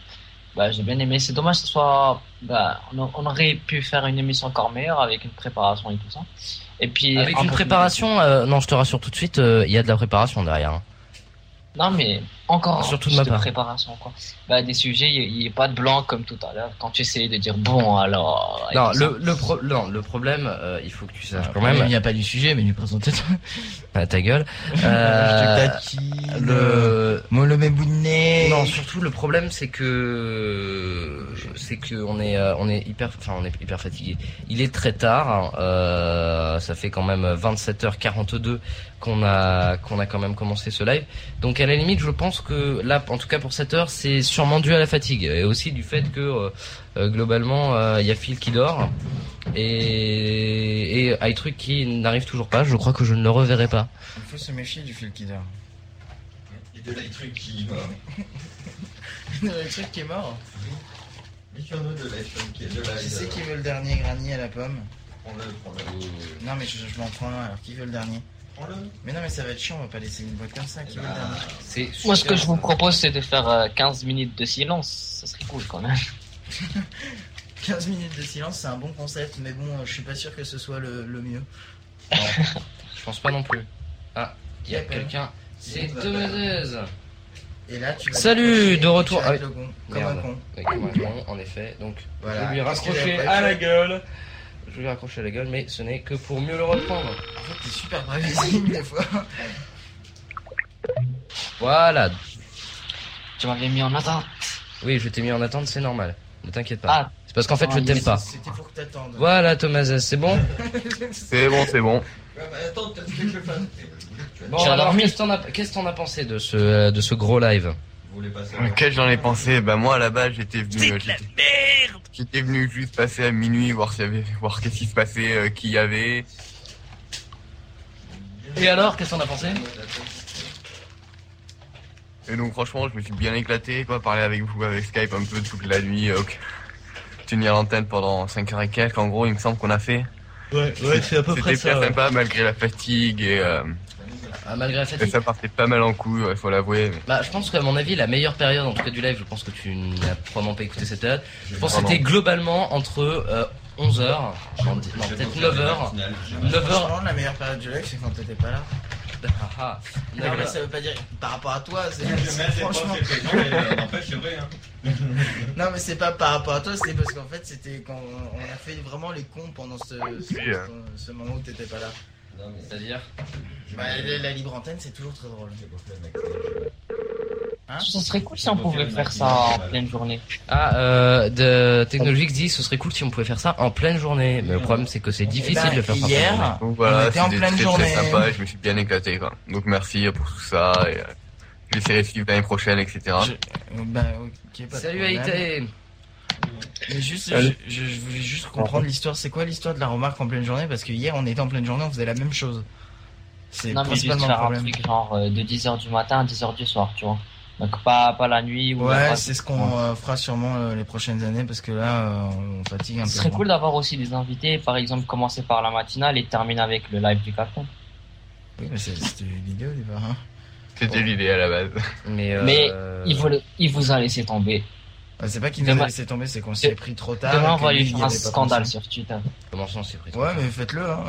Speaker 1: Bah, j'ai bien aimé. C'est dommage que ce soit. Bah, on, a- on aurait pu faire une émission encore meilleure avec une préparation et tout ça. Et puis.
Speaker 2: Avec
Speaker 1: un
Speaker 2: une
Speaker 1: peu-
Speaker 2: préparation, euh, non je te rassure tout de suite, euh, il y a de la préparation derrière. hein.
Speaker 1: Non, mais encore
Speaker 2: Surtout de
Speaker 1: plus
Speaker 2: ma
Speaker 1: de
Speaker 2: part.
Speaker 1: préparation, quoi. Bah, des sujets, il n'y a pas de blanc comme tout à l'heure. Quand tu essayais de dire bon, alors. et
Speaker 2: Non,
Speaker 1: tout ça.
Speaker 2: le, le pro- non, le problème, euh, il faut que tu saches quand
Speaker 3: Il
Speaker 2: même,
Speaker 3: n'y a pas du sujet, mais du présentateur.
Speaker 2: Ah, ta gueule,
Speaker 3: je
Speaker 2: Euh,
Speaker 3: te taquine. Le.
Speaker 2: le...
Speaker 3: Molomé Boudiné.
Speaker 2: Non, surtout le problème c'est que c'est que on est euh, on est hyper enfin on est hyper fatigué. Il est très tard, hein, euh, ça fait quand même 27h42 qu'on a qu'on a quand même commencé ce live. Donc à la limite, je pense pense que là, en tout cas pour cette heure, c'est sûrement dû à la fatigue et aussi du fait que euh, euh, globalement, euh, il y a Phil qui dort et, et iTruc qui n'arrive toujours pas. Je crois que je ne le reverrai pas.
Speaker 3: Il faut se méfier du fil qui dort.
Speaker 4: Et de l'iTruc qui.
Speaker 3: le truc qui est mort.
Speaker 4: Méfions-nous de l'iPhone qui est de la.
Speaker 3: Qui c'est qui veut le dernier granny à la pomme
Speaker 4: Prends-le, prends-le.
Speaker 3: Non, mais je, je m'en prends un, alors qui veut le dernier
Speaker 4: Prends-le.
Speaker 3: Mais non, mais ça va être chiant, on va pas laisser une boîte comme ça. Qui veut le dernier
Speaker 4: Ah.
Speaker 2: C'est
Speaker 1: Moi, ce que je vous
Speaker 2: comprends
Speaker 1: propose, c'est de faire euh, 15 minutes de silence. Ça serait cool quand même.
Speaker 3: 15 minutes de silence, c'est un bon concept, mais bon, euh, je suis pas sûr que ce soit le, le mieux.
Speaker 2: Je pense pas non plus. Ah, il y a
Speaker 3: Qui appelle
Speaker 2: quelqu'un. C'est
Speaker 4: Qui
Speaker 2: Demedeuse.
Speaker 3: Et là, tu vas.
Speaker 2: Salut,
Speaker 3: décrocher,
Speaker 2: de retour.
Speaker 3: tu arrêtes
Speaker 2: Ah
Speaker 3: le con, comme
Speaker 2: Merde.
Speaker 3: un con.
Speaker 2: Ouais, comme un con, en effet. Donc,
Speaker 3: Voilà.
Speaker 2: je lui ai
Speaker 3: Parce que
Speaker 2: raccroché
Speaker 3: j'avais pas
Speaker 2: à
Speaker 3: le
Speaker 2: la
Speaker 3: choix.
Speaker 2: gueule. Je lui ai raccroché à la gueule, mais ce n'est que pour mieux le reprendre.
Speaker 3: En fait, t'es super prévisible des fois.
Speaker 2: Voilà.
Speaker 1: Tu m'avais mis en attente.
Speaker 2: Oui, je t'ai mis en attente, c'est normal. Ne t'inquiète pas.
Speaker 1: Ah.
Speaker 2: C'est parce qu'en fait, je
Speaker 1: Ah,
Speaker 2: t'aime
Speaker 1: yes.
Speaker 2: pas.
Speaker 3: C'était pour que t'attendes.
Speaker 2: Voilà, Thomas, c'est bon
Speaker 5: C'est bon, c'est bon.
Speaker 4: Ouais,
Speaker 3: bah,
Speaker 4: mais attends, peut-être que je le fasse.
Speaker 2: Bon,
Speaker 1: J'ai
Speaker 2: alors,
Speaker 1: dormi.
Speaker 2: qu'est-ce t'en as- qu'est-ce t'en as pensé de ce, euh, de ce gros live
Speaker 4: Vous voulez pas savoir
Speaker 5: Lequel j'en ai pensé Bah moi là-bas j'étais venu. euh, j'étais- J'étais venu juste passer à minuit voir s'il y avait, voir qu'est-ce qui se passait, euh, qui y avait.
Speaker 2: Et alors, qu'est-ce t'en as pensé
Speaker 5: Et donc franchement je me suis bien éclaté quoi, parler avec vous avec Skype un peu toute la nuit. euh, ok. Tenir l'antenne pendant 5 heures et quelques en gros il me semble qu'on a fait.
Speaker 4: Ouais, ouais, c'est à peu
Speaker 5: C'était bien sympa malgré la fatigue et, euh,
Speaker 2: Ah, Malgré la
Speaker 5: et
Speaker 2: fatigue.
Speaker 5: ça partait pas mal en couille, il faut l'avouer. mais-
Speaker 2: Bah, je pense qu'à mon avis, la meilleure période, en tout cas du live, je pense que tu n'as probablement pas écouté cette période. Je pense que
Speaker 5: Vraiment.
Speaker 2: c'était globalement entre 11h, non, peut-être 9h. 9h.
Speaker 3: Franchement, la meilleure période du live, c'est quand t'étais pas là.
Speaker 2: ah,
Speaker 3: Non,
Speaker 2: bah.
Speaker 3: mais ça veut pas dire par rapport à toi, c'est franchement.
Speaker 4: hein.
Speaker 3: Non, mais c'est pas par rapport à toi, c'est parce qu'en fait, c'était quand on on a fait vraiment les cons pendant ce, ce,
Speaker 5: Oui,
Speaker 2: euh.
Speaker 5: hein.
Speaker 3: ce- ce moment où t'étais pas là.
Speaker 2: C'est-à-dire
Speaker 3: Bah, la, la libre antenne, c'est toujours très drôle. Hein
Speaker 1: Ah, Ça serait cool si on pouvait faire ça en pleine journée.
Speaker 2: Ah, euh, de Technologique dit ce serait cool si on pouvait faire ça en pleine journée. Mais le problème, c'est que c'est difficile
Speaker 3: Eh ben,
Speaker 2: de le faire ça en pleine journée.
Speaker 3: hier.
Speaker 5: Donc voilà,
Speaker 3: On était en
Speaker 5: c'était
Speaker 3: pleine
Speaker 5: très,
Speaker 3: journée.
Speaker 5: très sympa et je me suis bien éclaté quoi. Donc merci pour tout ça et euh, je vais essayer de suivre l'année prochaine etc.
Speaker 3: Je- Bah, ok, pas de
Speaker 2: Salut
Speaker 3: problème.
Speaker 2: Aïté
Speaker 3: Mais juste, je, je- je voulais juste comprendre l'histoire. C'est quoi l'histoire de la remarque en pleine journée Parce que hier, on était en pleine journée, on faisait la même chose. C'est
Speaker 1: Non, mais juste
Speaker 3: principalement le
Speaker 1: faire un
Speaker 3: problème.
Speaker 1: truc genre euh, de 10h du matin à 10h du soir, tu vois. Donc pas, pas la nuit ou la
Speaker 3: Ouais,
Speaker 1: fin-
Speaker 3: c'est ce qu'on euh, fera sûrement euh, les prochaines années parce que là, euh, on fatigue un peu.
Speaker 1: Ce serait cool d'avoir aussi des invités, par exemple commencer par la matinale et terminer avec le live du capitaine.
Speaker 3: Oui, mais c'est- c'était l'idée au départ. Hein.
Speaker 5: C'était l'idée à la base.
Speaker 2: Mais, euh,
Speaker 1: Mais Il, vous, il vous a laissé tomber.
Speaker 3: Ouais, Bah, C'est pas qu'il nous a
Speaker 1: Demain-
Speaker 3: laissé tomber, c'est qu'on s'y est pris trop tard.
Speaker 1: Demain,
Speaker 3: et
Speaker 1: on
Speaker 3: que
Speaker 1: va lui
Speaker 3: Ah, il
Speaker 1: faire
Speaker 3: y
Speaker 1: un
Speaker 3: avait pas
Speaker 1: scandale
Speaker 3: pensé.
Speaker 1: sur Twitter.
Speaker 2: Comment ça, on s'est pris trop
Speaker 3: Ouais,
Speaker 2: tard
Speaker 3: mais faites-le. Hein.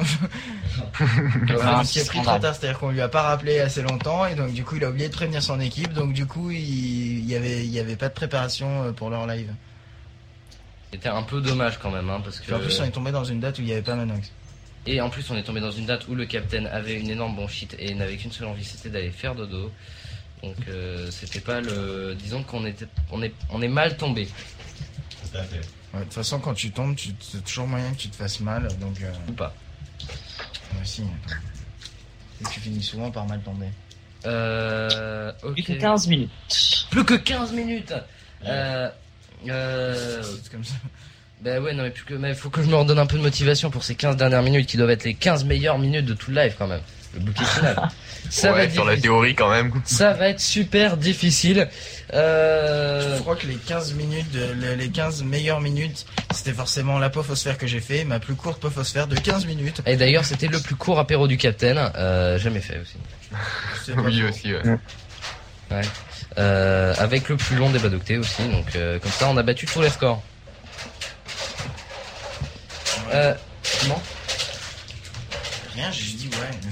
Speaker 1: Ah,
Speaker 3: on s'y est pris trop
Speaker 1: scandale.
Speaker 3: tard, c'est-à-dire qu'on lui a pas rappelé assez longtemps et donc du coup, il a oublié de prévenir son équipe. Donc du coup, il il y avait, il y avait pas de préparation euh, pour leur live.
Speaker 2: C'était un peu dommage quand même, hein, parce que.
Speaker 3: Puis en plus, on est tombé dans une date où il n'y avait pas Manox.
Speaker 2: Et en plus, on est tombé dans une date où le capitaine avait une énorme bronchite et n'avait qu'une seule envie, c'était d'aller faire dodo. Donc, euh, c'était pas le. Disons qu'on était, on est, on est mal tombé.
Speaker 3: Ouais, De toute façon, quand tu tombes, tu c'est toujours moyen que tu te fasses mal. Donc, euh,
Speaker 2: Ou pas.
Speaker 3: ouais, si. Et tu finis souvent par mal tomber.
Speaker 2: Euh. ok.
Speaker 1: Plus que 15 minutes.
Speaker 2: Plus que 15 minutes Euh. Euh.
Speaker 3: C'est comme ça.
Speaker 2: Bah ouais, non, mais plus que. Mais faut que je me redonne un peu de motivation pour ces 15 dernières minutes qui doivent être les 15 meilleures minutes de tout le live quand même. Le bouquet final. ça, va
Speaker 5: ouais,
Speaker 2: être
Speaker 5: sur la
Speaker 2: difficile.
Speaker 5: théorie quand même.
Speaker 2: ça va être super difficile. Euh.
Speaker 3: Je crois que les 15 minutes, de- le- les 15 meilleures minutes, c'était forcément l'apophosphère que j'ai fait, ma plus courte pophosphère de 15 minutes.
Speaker 2: Et d'ailleurs, c'était le plus court apéro du Captain, euh, jamais fait aussi.
Speaker 3: C'est pas
Speaker 5: Oui
Speaker 3: faux.
Speaker 5: aussi. Ouais.
Speaker 2: Euh, avec le plus long débat d'octet aussi, donc euh, comme ça, on a battu tous les scores. Euh, comment
Speaker 3: Rien, j'ai juste dit ouais.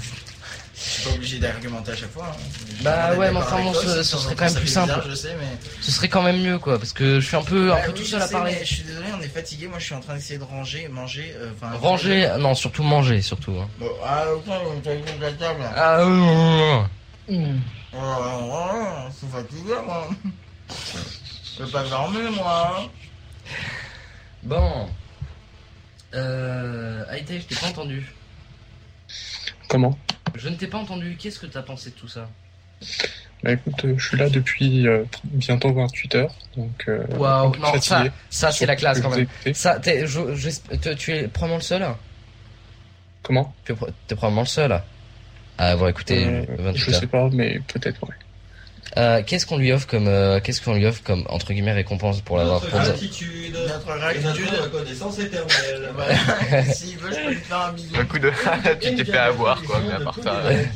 Speaker 3: Je suis pas obligé d'argumenter à chaque fois. hein. Je
Speaker 2: Bah
Speaker 3: suis
Speaker 2: ouais,
Speaker 3: d'accord
Speaker 2: mais enfin,
Speaker 3: avec
Speaker 2: bon,
Speaker 3: toi,
Speaker 2: ce-
Speaker 3: c'est de
Speaker 2: ce
Speaker 3: temps en
Speaker 2: serait
Speaker 3: temps,
Speaker 2: quand même
Speaker 3: ça
Speaker 2: plus
Speaker 3: fait bizarre,
Speaker 2: simple.
Speaker 3: Je sais, mais.
Speaker 2: Ce serait quand même mieux, quoi, parce que je suis un peu, un
Speaker 3: Bah
Speaker 2: peu
Speaker 3: oui,
Speaker 2: tout
Speaker 3: je
Speaker 2: seul à
Speaker 3: sais,
Speaker 2: parler.
Speaker 3: mais Je suis désolé, on est fatigué. Moi, je suis en train d'essayer de ranger, manger. euh, Enfin.
Speaker 2: Ranger, non, surtout manger, surtout. hein.
Speaker 3: Bon, ah, ok, on t'a dit de la table.
Speaker 2: Ah, euh, euh,
Speaker 1: Hmm.
Speaker 3: Oh, oh, je suis fatigué, moi. Je peux pas dormir, moi. hein.
Speaker 2: bon. Euh, Aïté, je t'ai pas entendu.
Speaker 8: Comment
Speaker 2: Je ne t'ai pas entendu. Qu'est-ce que t'as pensé de tout ça
Speaker 8: Bah écoute, euh, je suis là depuis euh, tr- bientôt 28 heures, donc euh,
Speaker 2: Waouh, non, ça,
Speaker 8: fatigué.
Speaker 2: ça c'est la classe
Speaker 8: Je
Speaker 2: quand
Speaker 8: vous
Speaker 2: même.
Speaker 8: écoutais.
Speaker 2: Ça, t'es, je- j'esp- te- tu es probablement le seul.
Speaker 8: Comment
Speaker 2: Tu es pro- t'es probablement le seul. Ah bon, écoutez,
Speaker 8: Euh, Je
Speaker 2: 28 heures.
Speaker 8: sais pas, mais peut-être ouais.
Speaker 2: Euh, qu'est-ce qu'on lui offre comme, euh, qu'est-ce qu'on lui offre comme entre guillemets récompense pour l'avoir
Speaker 4: Notre
Speaker 2: pour dire-
Speaker 4: gratitude
Speaker 3: Notre
Speaker 4: et notre
Speaker 3: gratitude.
Speaker 4: reconnaissance éternelle.
Speaker 3: S'il veut, je peux lui faire un bisou.
Speaker 5: Un coup de. tu t'es fait avoir, quoi, mais à part ça. ouais.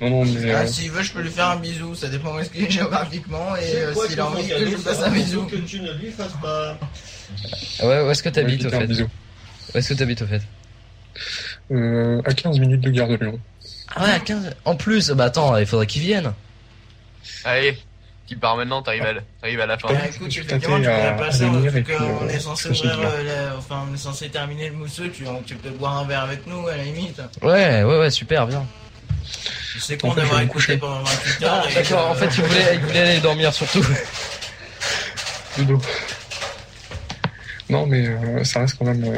Speaker 8: Non, non, mais
Speaker 3: Ah,
Speaker 8: euh,
Speaker 3: S'il veut, je peux lui faire un bisou. Ça dépend où est-ce qu'il est géographiquement et euh,
Speaker 4: Quoi
Speaker 3: s'il a envie
Speaker 4: qu'il
Speaker 3: que je lui fasse un bisou.
Speaker 4: Que tu ne lui fasses pas.
Speaker 2: Ouais, où est-ce que
Speaker 8: je vais
Speaker 2: t'habites au
Speaker 8: faire un
Speaker 2: fait
Speaker 8: bisou.
Speaker 2: Où est-ce que t'habites au fait
Speaker 8: Euh, à 15 minutes de gare de Lyon.
Speaker 2: Ah ouais, à 15. En plus, bah attends, il faudrait qu'il vienne.
Speaker 5: Allez, tu pars maintenant, t'arrives à, la- t'arrives à la fin.
Speaker 8: Ouais.
Speaker 3: Ah, écoute,
Speaker 8: Je vais
Speaker 3: effectivement, tu peux
Speaker 8: tâter à-
Speaker 3: la passer,
Speaker 8: à
Speaker 3: hein,
Speaker 8: venir
Speaker 3: vu
Speaker 8: et puis,
Speaker 3: qu'on
Speaker 8: euh,
Speaker 3: est censé
Speaker 8: je sais
Speaker 3: ouvrir,
Speaker 8: pas.
Speaker 3: euh, la- enfin, on est censé terminer le mousseux, tu, tu peux boire un verre avec nous, à la limite.
Speaker 2: Ouais, ouais, ouais, super, bien.
Speaker 3: Je sais
Speaker 8: En
Speaker 3: qu'on
Speaker 8: fait, je vais
Speaker 3: devrait
Speaker 8: me
Speaker 3: écouter
Speaker 8: coucher.
Speaker 3: pendant 28 heures.
Speaker 2: Ah,
Speaker 3: et,
Speaker 2: d'accord,
Speaker 3: euh,
Speaker 2: en fait, il voulait, il voulait aller dormir surtout.
Speaker 8: Dodo. Non, mais euh, ça reste quand même euh,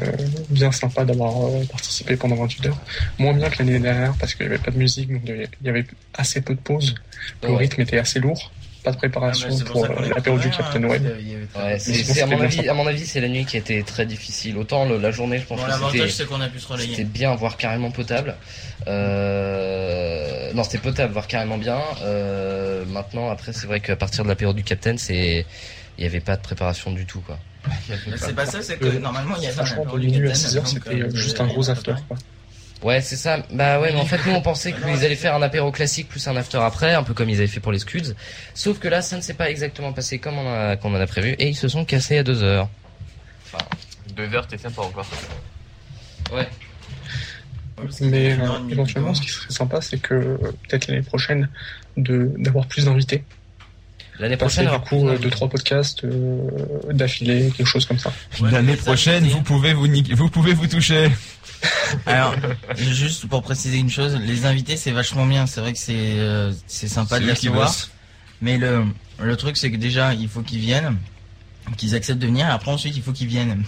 Speaker 8: bien sympa d'avoir euh, participé pendant 28 heures. Moins bien que l'année dernière parce qu'il n'y avait pas de musique, donc il y avait assez peu de pauses. Le
Speaker 2: Ouais.
Speaker 8: rythme était assez lourd. Pas de
Speaker 3: ah, bah,
Speaker 8: préparation
Speaker 3: c'est pour
Speaker 8: pour
Speaker 3: ça qu'on
Speaker 8: euh,
Speaker 3: est
Speaker 8: l'apéro du
Speaker 3: content, hein,
Speaker 8: Captain
Speaker 3: parce
Speaker 8: Web.
Speaker 3: qu'il y avait pas-
Speaker 2: Ouais, c'est,
Speaker 8: Mais
Speaker 2: c'est-
Speaker 8: sinon,
Speaker 2: à,
Speaker 8: c'était
Speaker 2: mon
Speaker 8: bien
Speaker 2: avis,
Speaker 8: sympa.
Speaker 2: à mon avis, c'est la nuit qui était très difficile. Autant le- la journée, je pense
Speaker 3: Bon,
Speaker 2: que
Speaker 3: l'avantage,
Speaker 2: c'était,
Speaker 3: c'est qu'on a pu se
Speaker 2: c'était
Speaker 3: relayer.
Speaker 2: bien, voire carrément potable. Euh, non, c'était potable, voire carrément bien. Euh, maintenant, après, c'est vrai qu'à partir de la période du Capitaine, c'est, il n'y avait pas de préparation du tout, quoi.
Speaker 3: Bah, C'est pas ça, c'est que
Speaker 8: Euh,
Speaker 3: normalement, il y avait un
Speaker 8: Franchement,
Speaker 3: apéro
Speaker 8: de
Speaker 3: du
Speaker 8: minuit à
Speaker 3: Capitaine,
Speaker 8: 6 heures,
Speaker 3: donc,
Speaker 8: c'était
Speaker 3: euh,
Speaker 8: euh, juste un gros after. Quoi.
Speaker 2: Ouais, c'est ça. Bah ouais, mais en fait, nous, on pensait qu'ils allaient faire un apéro classique plus un after après, un peu comme ils avaient fait pour les Scuds. Sauf que là, ça ne s'est pas exactement passé comme on, a, qu'on en a prévu, et ils se sont cassés à deux heures.
Speaker 5: Deux heures, t'es sympa encore.
Speaker 2: Ouais.
Speaker 8: Mais
Speaker 3: une
Speaker 8: euh,
Speaker 3: heure et demie,
Speaker 8: éventuellement,
Speaker 3: donc,
Speaker 8: ce qui serait sympa, c'est que euh, peut-être l'année prochaine, de d'avoir plus d'invités.
Speaker 2: L'année prochaine,
Speaker 8: Passer du
Speaker 2: alors-
Speaker 8: coup euh, deux trois podcasts euh, d'affilée, quelque chose comme ça.
Speaker 3: Ouais,
Speaker 7: L'année
Speaker 3: mais ça,
Speaker 7: prochaine,
Speaker 3: c'était-
Speaker 7: vous pouvez vous, niquer- vous pouvez vous toucher.
Speaker 3: Alors, juste pour préciser une chose, les invités c'est vachement bien, c'est vrai que c'est euh, c'est sympa
Speaker 7: C'est
Speaker 3: de
Speaker 7: eux
Speaker 3: les
Speaker 7: qui
Speaker 3: recevoir.
Speaker 7: bossent.
Speaker 3: Mais le, le truc c'est que déjà il faut qu'ils viennent, qu'ils acceptent de venir, et après ensuite il faut qu'ils viennent.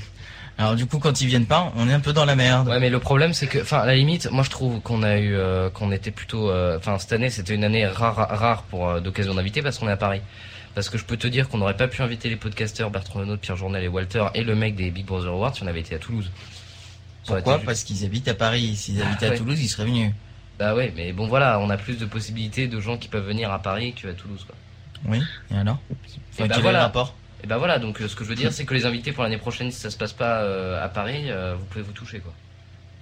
Speaker 3: Alors du coup quand ils viennent pas, on est un peu dans la merde.
Speaker 2: Ouais, mais le problème, c'est que, enfin, à la limite, moi, je trouve qu'on a eu, euh, qu'on était plutôt, euh, enfin, cette année, c'était une année rare, rare pour euh, d'occasion d'inviter parce qu'on est à Paris. Parce que je peux te dire qu'on n'aurait pas pu inviter les podcasters Bertrand Renaud, Pierre Journal et Walter et le mec des Big Brother Awards si on avait été à Toulouse. Ça aurait
Speaker 3: Pourquoi
Speaker 2: été juste-
Speaker 3: Parce qu'ils habitent à Paris, s'ils habitaient
Speaker 2: Bah, ouais.
Speaker 3: à Toulouse ils seraient venus.
Speaker 2: Bah ouais, mais bon, voilà, on a plus de possibilités de gens qui peuvent venir à Paris que à Toulouse, quoi.
Speaker 3: Oui, et alors Enfin,
Speaker 2: Et bah
Speaker 3: quel est le
Speaker 2: voilà.
Speaker 3: rapport
Speaker 2: Et bah voilà, donc euh, ce que je veux dire, c'est que les invités pour l'année prochaine, si ça se passe pas euh, à Paris, euh, vous pouvez vous toucher, quoi.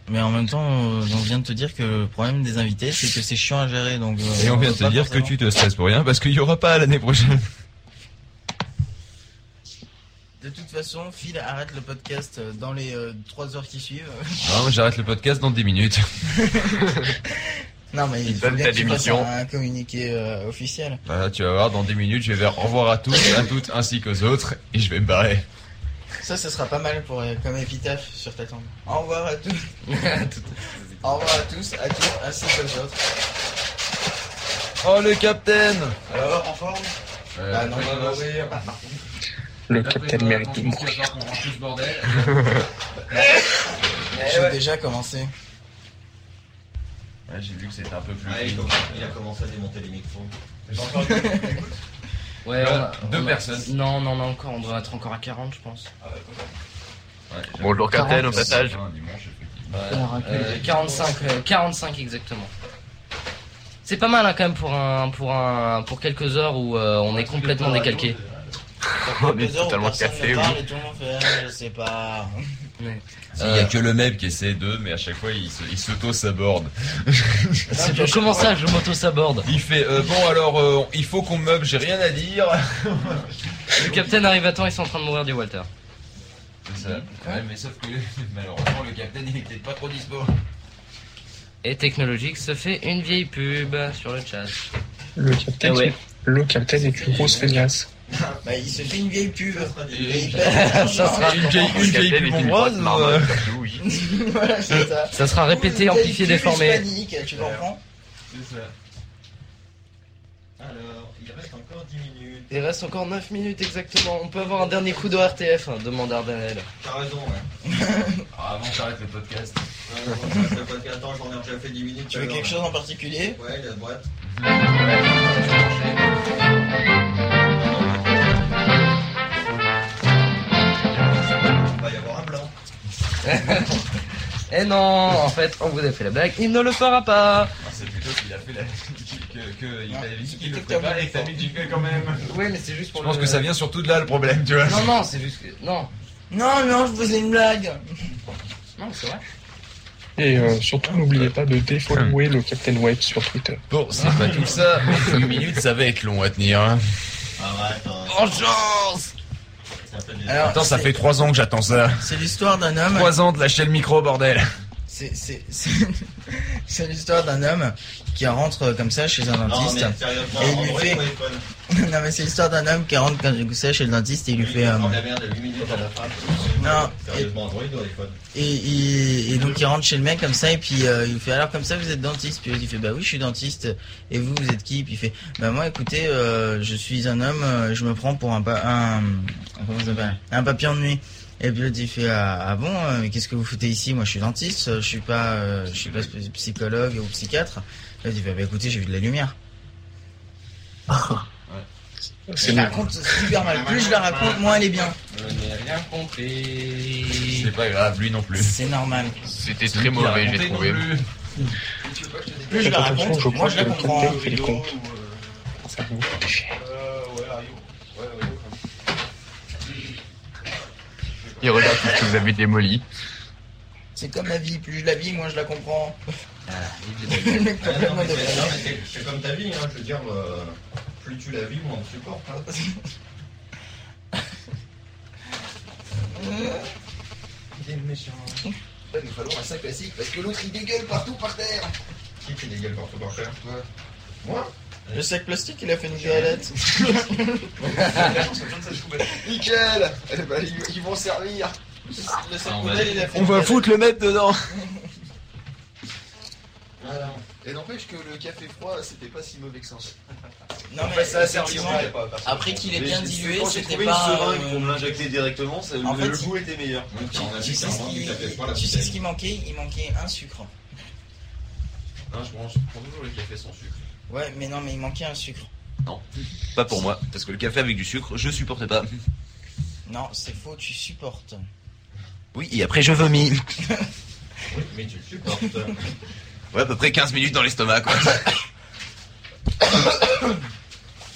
Speaker 3: Mais en même temps, euh, on vient de te dire que le problème des invités c'est que c'est chiant à gérer donc. euh,
Speaker 7: Et on vient
Speaker 3: peut
Speaker 7: de te
Speaker 3: pas
Speaker 7: dire que
Speaker 3: forcément-
Speaker 7: tu te stresses pour rien parce qu'il y aura pas l'année prochaine.
Speaker 3: De toute façon, Phil arrête le podcast euh, dans les euh, trois 3 heures qui suivent.
Speaker 7: Non, j'arrête le podcast dans 10 minutes.
Speaker 3: Non, mais il faut
Speaker 5: donne
Speaker 3: bien
Speaker 5: ta
Speaker 3: que tu fasses
Speaker 5: démission.
Speaker 3: un communiqué euh, officiel.
Speaker 7: Voilà, tu vas voir, dans 10 minutes, je vais dire au revoir à tous, à toutes, ainsi qu'aux autres, et je vais me barrer.
Speaker 3: Ça, ça sera pas mal pour, euh, comme épitaphe sur ta tombe. Au revoir à tous, au revoir à tous, à tous, ainsi qu'aux autres.
Speaker 7: Oh, le capitaine
Speaker 3: Alors, en forme
Speaker 5: Euh,
Speaker 3: Bah non, je vais mourir.
Speaker 8: Le Captain mérite de mourir.
Speaker 3: J'ai déjà commencé.
Speaker 7: J'ai vu que c'était un peu plus...
Speaker 4: Ah, il, commence- il a commencé à démonter les micros. Encore une
Speaker 2: Ouais,
Speaker 7: Voilà,
Speaker 2: on a-
Speaker 7: Euh, deux
Speaker 2: on a-
Speaker 7: personnes.
Speaker 2: Non, non, non, encore, on doit être encore à 40, je pense.
Speaker 5: Bonjour, Captain, au passage.
Speaker 2: Euh, 45, euh, 45 exactement. C'est pas mal hein, quand même pour un pour un pour quelques heures où euh, on est complètement décalqué.
Speaker 5: On est totalement café, oui.
Speaker 3: Et tout le monde fait, ah, je sais pas.
Speaker 7: Il y a que le mec qui essaie d'eux, mais à chaque fois, il se- il s'auto-saborde.
Speaker 2: C'est- euh, Comment ça, je m'auto saborde
Speaker 7: Il fait, euh, bon, alors, euh, il faut qu'on meuble, j'ai rien à dire.
Speaker 2: Le capitaine arrive à temps, ils sont en train de mourir du Walter.
Speaker 7: C'est ça. Ouais, mais sauf que, malheureusement, le capitaine, il est peut-être pas trop dispo.
Speaker 2: Et Technologique se fait une vieille pub sur le chat.
Speaker 8: Le Captain,
Speaker 3: Ah
Speaker 1: Eh ouais.
Speaker 8: le Captain est une grosse feignasse.
Speaker 3: Bah, il se fait une vieille pub. Et il
Speaker 4: fois.
Speaker 3: perd
Speaker 2: Ça sera,
Speaker 7: Une vieille,
Speaker 5: Le Captain est une grosse marmotte, surtout, oui.
Speaker 3: Voilà, c'est ça.
Speaker 2: ça sera répété,
Speaker 3: Une vieille
Speaker 2: amplifié,
Speaker 3: pub
Speaker 2: déformé.
Speaker 3: hispanique, Tu comprends
Speaker 4: Alors, il reste encore 10 minutes.
Speaker 2: Il reste encore 9 minutes exactement. On peut avoir un dernier coup de RTF, hein, demande Ardanel.
Speaker 4: T'as raison, hein. ouais.
Speaker 7: Ah, avant, j'arrête le podcast.
Speaker 4: Euh, bon, ça, ça peut être- Attends, j'en ai déjà fait 10 minutes.
Speaker 3: Tu veux
Speaker 4: alors.
Speaker 3: quelque chose en particulier
Speaker 4: Ouais, la boîte.
Speaker 2: Ouais,
Speaker 4: Il va y avoir un blanc.
Speaker 2: Eh non, en fait, on vous a fait la blague, il ne le fera pas.
Speaker 7: C'est plutôt qu'il a fait la. que, que il
Speaker 3: Non,
Speaker 7: t'avait dit
Speaker 3: c'est
Speaker 7: qu'il le
Speaker 3: plutôt que
Speaker 7: ferait
Speaker 3: t'as
Speaker 7: pas et Ah, que t'as mis le jingle quand même.
Speaker 2: Oui, mais c'est juste pour
Speaker 7: Je pense que ça vient surtout de là le problème, tu vois.
Speaker 2: Non, non, c'est juste que. Non,
Speaker 3: Non, non, je faisais une blague.
Speaker 2: non, c'est vrai.
Speaker 8: Et euh, surtout, n'oubliez pas de défollower le Captain Web sur Twitter.
Speaker 7: Bon, c'est pas tout ça, mais 8 minutes ça va être long à tenir. hein.
Speaker 4: Ah ouais, attends.
Speaker 7: Vengeance
Speaker 4: ça fait des-
Speaker 3: Alors,
Speaker 7: Attends, ça
Speaker 3: c'est-
Speaker 7: fait 3 ans que j'attends ça.
Speaker 3: C'est l'histoire d'un homme.
Speaker 7: 3 ans de lâcher le micro, bordel.
Speaker 3: C'est c'est- c'est- c'est l'histoire d'un homme qui rentre comme ça chez un
Speaker 4: Non, mais
Speaker 3: dentiste.
Speaker 4: sérieusement,
Speaker 3: Et il
Speaker 4: enlevez
Speaker 3: lui
Speaker 4: le
Speaker 3: fait-
Speaker 4: téléphone.
Speaker 3: non, mais c'est l'histoire d'un homme qui rentre comme ça chez le dentiste et il lui
Speaker 4: Il
Speaker 3: fait. euh,
Speaker 4: prend la merde à 8 minutes à la fin.
Speaker 3: Non,
Speaker 4: Sérieusement, enlevez le téléphone.
Speaker 3: Et, et- et donc il rentre chez le mec comme ça et puis euh, il fait alors comme ça vous êtes dentiste puis il fait bah oui je suis dentiste et vous vous êtes qui puis il fait bah moi écoutez euh, je suis un homme euh, je me prends pour un pa- un comment ça s'appelle un papillon de nuit et puis l'autre il fait ah, ah bon euh, mais qu'est-ce que vous foutez ici moi je suis dentiste euh, je suis pas euh, je suis pas sp- psychologue ou psychiatre l'autre il fait bah écoutez j'ai vu de la lumière je
Speaker 8: C'est
Speaker 3: la
Speaker 8: nul.
Speaker 3: raconte super mal plus je la raconte moins elle est bien
Speaker 2: Je n'ai rien compris.
Speaker 7: C'est pas grave, lui non plus.
Speaker 3: c'est normal
Speaker 5: C'était très mauvais, j'ai trouvé.
Speaker 3: plus je la
Speaker 8: Attention,
Speaker 3: raconte
Speaker 8: je
Speaker 3: moi
Speaker 8: crois
Speaker 3: je
Speaker 8: que
Speaker 3: la
Speaker 8: le
Speaker 3: comprends
Speaker 8: Captain fait les comptes. Ça vous fait
Speaker 5: Il regarde tout ce que vous avez démoli.
Speaker 3: c'est comme la vie plus je la vis moins je la comprends
Speaker 2: Il
Speaker 3: Le mec
Speaker 4: Ah, non,
Speaker 3: complètement
Speaker 4: mais
Speaker 3: dépressif.
Speaker 4: c'est- non, mais c'est- C'est comme ta vie, hein, je veux dire, euh, plus tu la vis, moins on te supporte. hein.
Speaker 3: Il nous falloir un sac classique parce que l'autre il dégueule partout par terre.
Speaker 4: hein. Qui qui dégale partout par terre toi Moi
Speaker 3: Le sac plastique il a fait une galette.
Speaker 4: Nickel Eh ben, ils, ils vont servir
Speaker 3: Le sac poubelle il a fait
Speaker 7: On va foutre le mettre dedans
Speaker 4: Voilà. Et n'empêche que le café froid, c'était pas si mauvais que ça.
Speaker 3: Non mais
Speaker 4: Après, ça a servi, on
Speaker 3: effectivement,
Speaker 4: l'avait pas, personne.
Speaker 3: Après qu'il ait bien
Speaker 9: Mais
Speaker 3: dilué,
Speaker 9: quand j'ai
Speaker 3: c'était
Speaker 9: trouvé
Speaker 3: pas.
Speaker 9: une seringue
Speaker 3: euh,
Speaker 9: pour me l'injecter directement, ça-
Speaker 3: En fait,
Speaker 9: le
Speaker 3: il-
Speaker 9: goût était meilleur.
Speaker 4: Ouais,
Speaker 3: tu-
Speaker 4: car on a
Speaker 3: Tu
Speaker 4: dit
Speaker 3: sais
Speaker 4: qu'un
Speaker 3: ce
Speaker 4: vendu, ça fait pas la
Speaker 3: qui- tu sais ce
Speaker 4: bouteille.
Speaker 3: qui manquait Il manquait un sucre.
Speaker 9: Hein, je, prends, je prends toujours les cafés sans sucre.
Speaker 3: Ouais, mais non, mais il manquait un sucre.
Speaker 9: Pas pour moi, parce que le café avec du sucre, je supporte pas.
Speaker 3: Non, c'est faux, tu supportes.
Speaker 9: Oui, et après je vomis.
Speaker 4: Oui, mais tu le supportes.
Speaker 9: Ouais, à peu près 15 minutes dans l'estomac, quoi.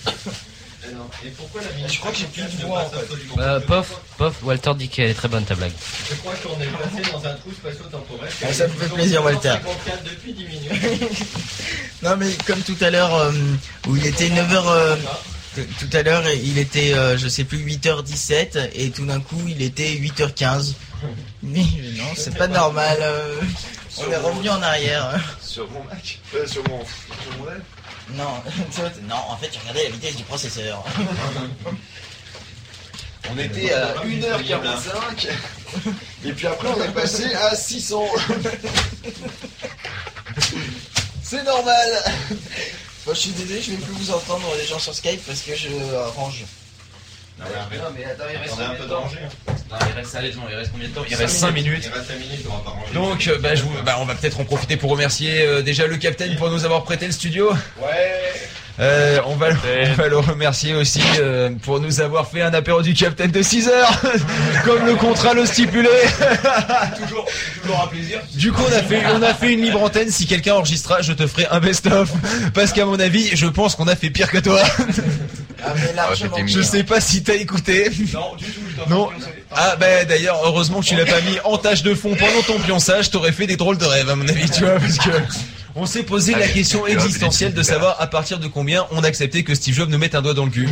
Speaker 4: Eh non. Et pourquoi la minute
Speaker 3: Je crois que j'ai plus de voix, en fait.
Speaker 2: Euh, pof, pof, Walter dit qu'elle est très bonne ta blague.
Speaker 4: Je crois qu'on est passé dans un trou spatio-temporel.
Speaker 3: Ah, ça me fait plaisir, Walter.
Speaker 4: 54 depuis 10 minutes.
Speaker 3: Non, mais comme tout à l'heure, euh, où il était 9h. tout à l'heure, il était, euh, je sais plus, 8h17, et tout d'un coup, il était 8h15. Mais non, c'est pas normal. euh, on est revenu en arrière.
Speaker 9: Sur mon Mac euh, Sur mon. Sur mon
Speaker 3: Non, toi, t- non, en fait, tu regardais la vitesse du processeur.
Speaker 9: On était
Speaker 3: euh,
Speaker 9: à 1h45 Euh, et puis après on est passé à 600.
Speaker 3: C'est normal. Moi, je suis désolé, je vais plus vous entendre les gens sur Skype parce que je euh, range.
Speaker 7: Ah
Speaker 4: Non, mais arrête.
Speaker 9: mais attends, il
Speaker 4: On est un peu danger. hein.
Speaker 9: il reste allez-y, il reste combien de temps
Speaker 7: Il reste 5 minutes.
Speaker 4: Il reste 5 minutes, on va pas ranger.
Speaker 7: Donc, euh, bah, je vous- bah, on va peut-être en profiter pour remercier euh, déjà le capitaine pour nous avoir prêté le studio.
Speaker 4: Ouais
Speaker 7: Euh, on, va, le- on va le remercier aussi euh, pour nous avoir fait un apéro du capitaine de 6 heures, comme le contrat le stipulait.
Speaker 4: toujours, toujours un plaisir.
Speaker 7: Du coup, on a fait, on a fait une libre antenne. Si quelqu'un enregistra, je te ferai un best-of. Parce qu'à mon avis, je pense qu'on a fait pire que toi.
Speaker 3: Ah, mais largement.
Speaker 5: c'était
Speaker 7: Je sais pas si t'as écouté.
Speaker 4: Non, du tout, je t'en
Speaker 7: Non.
Speaker 4: prie, on sait.
Speaker 7: Ah, bah d'ailleurs, heureusement que tu l'as pas mis en tâche de fond pendant ton pionçage. T'aurais fait des drôles de rêves, à mon avis, tu vois. Parce que on s'est posé la
Speaker 4: Ah,
Speaker 7: question existentielle de savoir à partir de combien on acceptait que Steve Jobs nous mette un doigt dans le cul.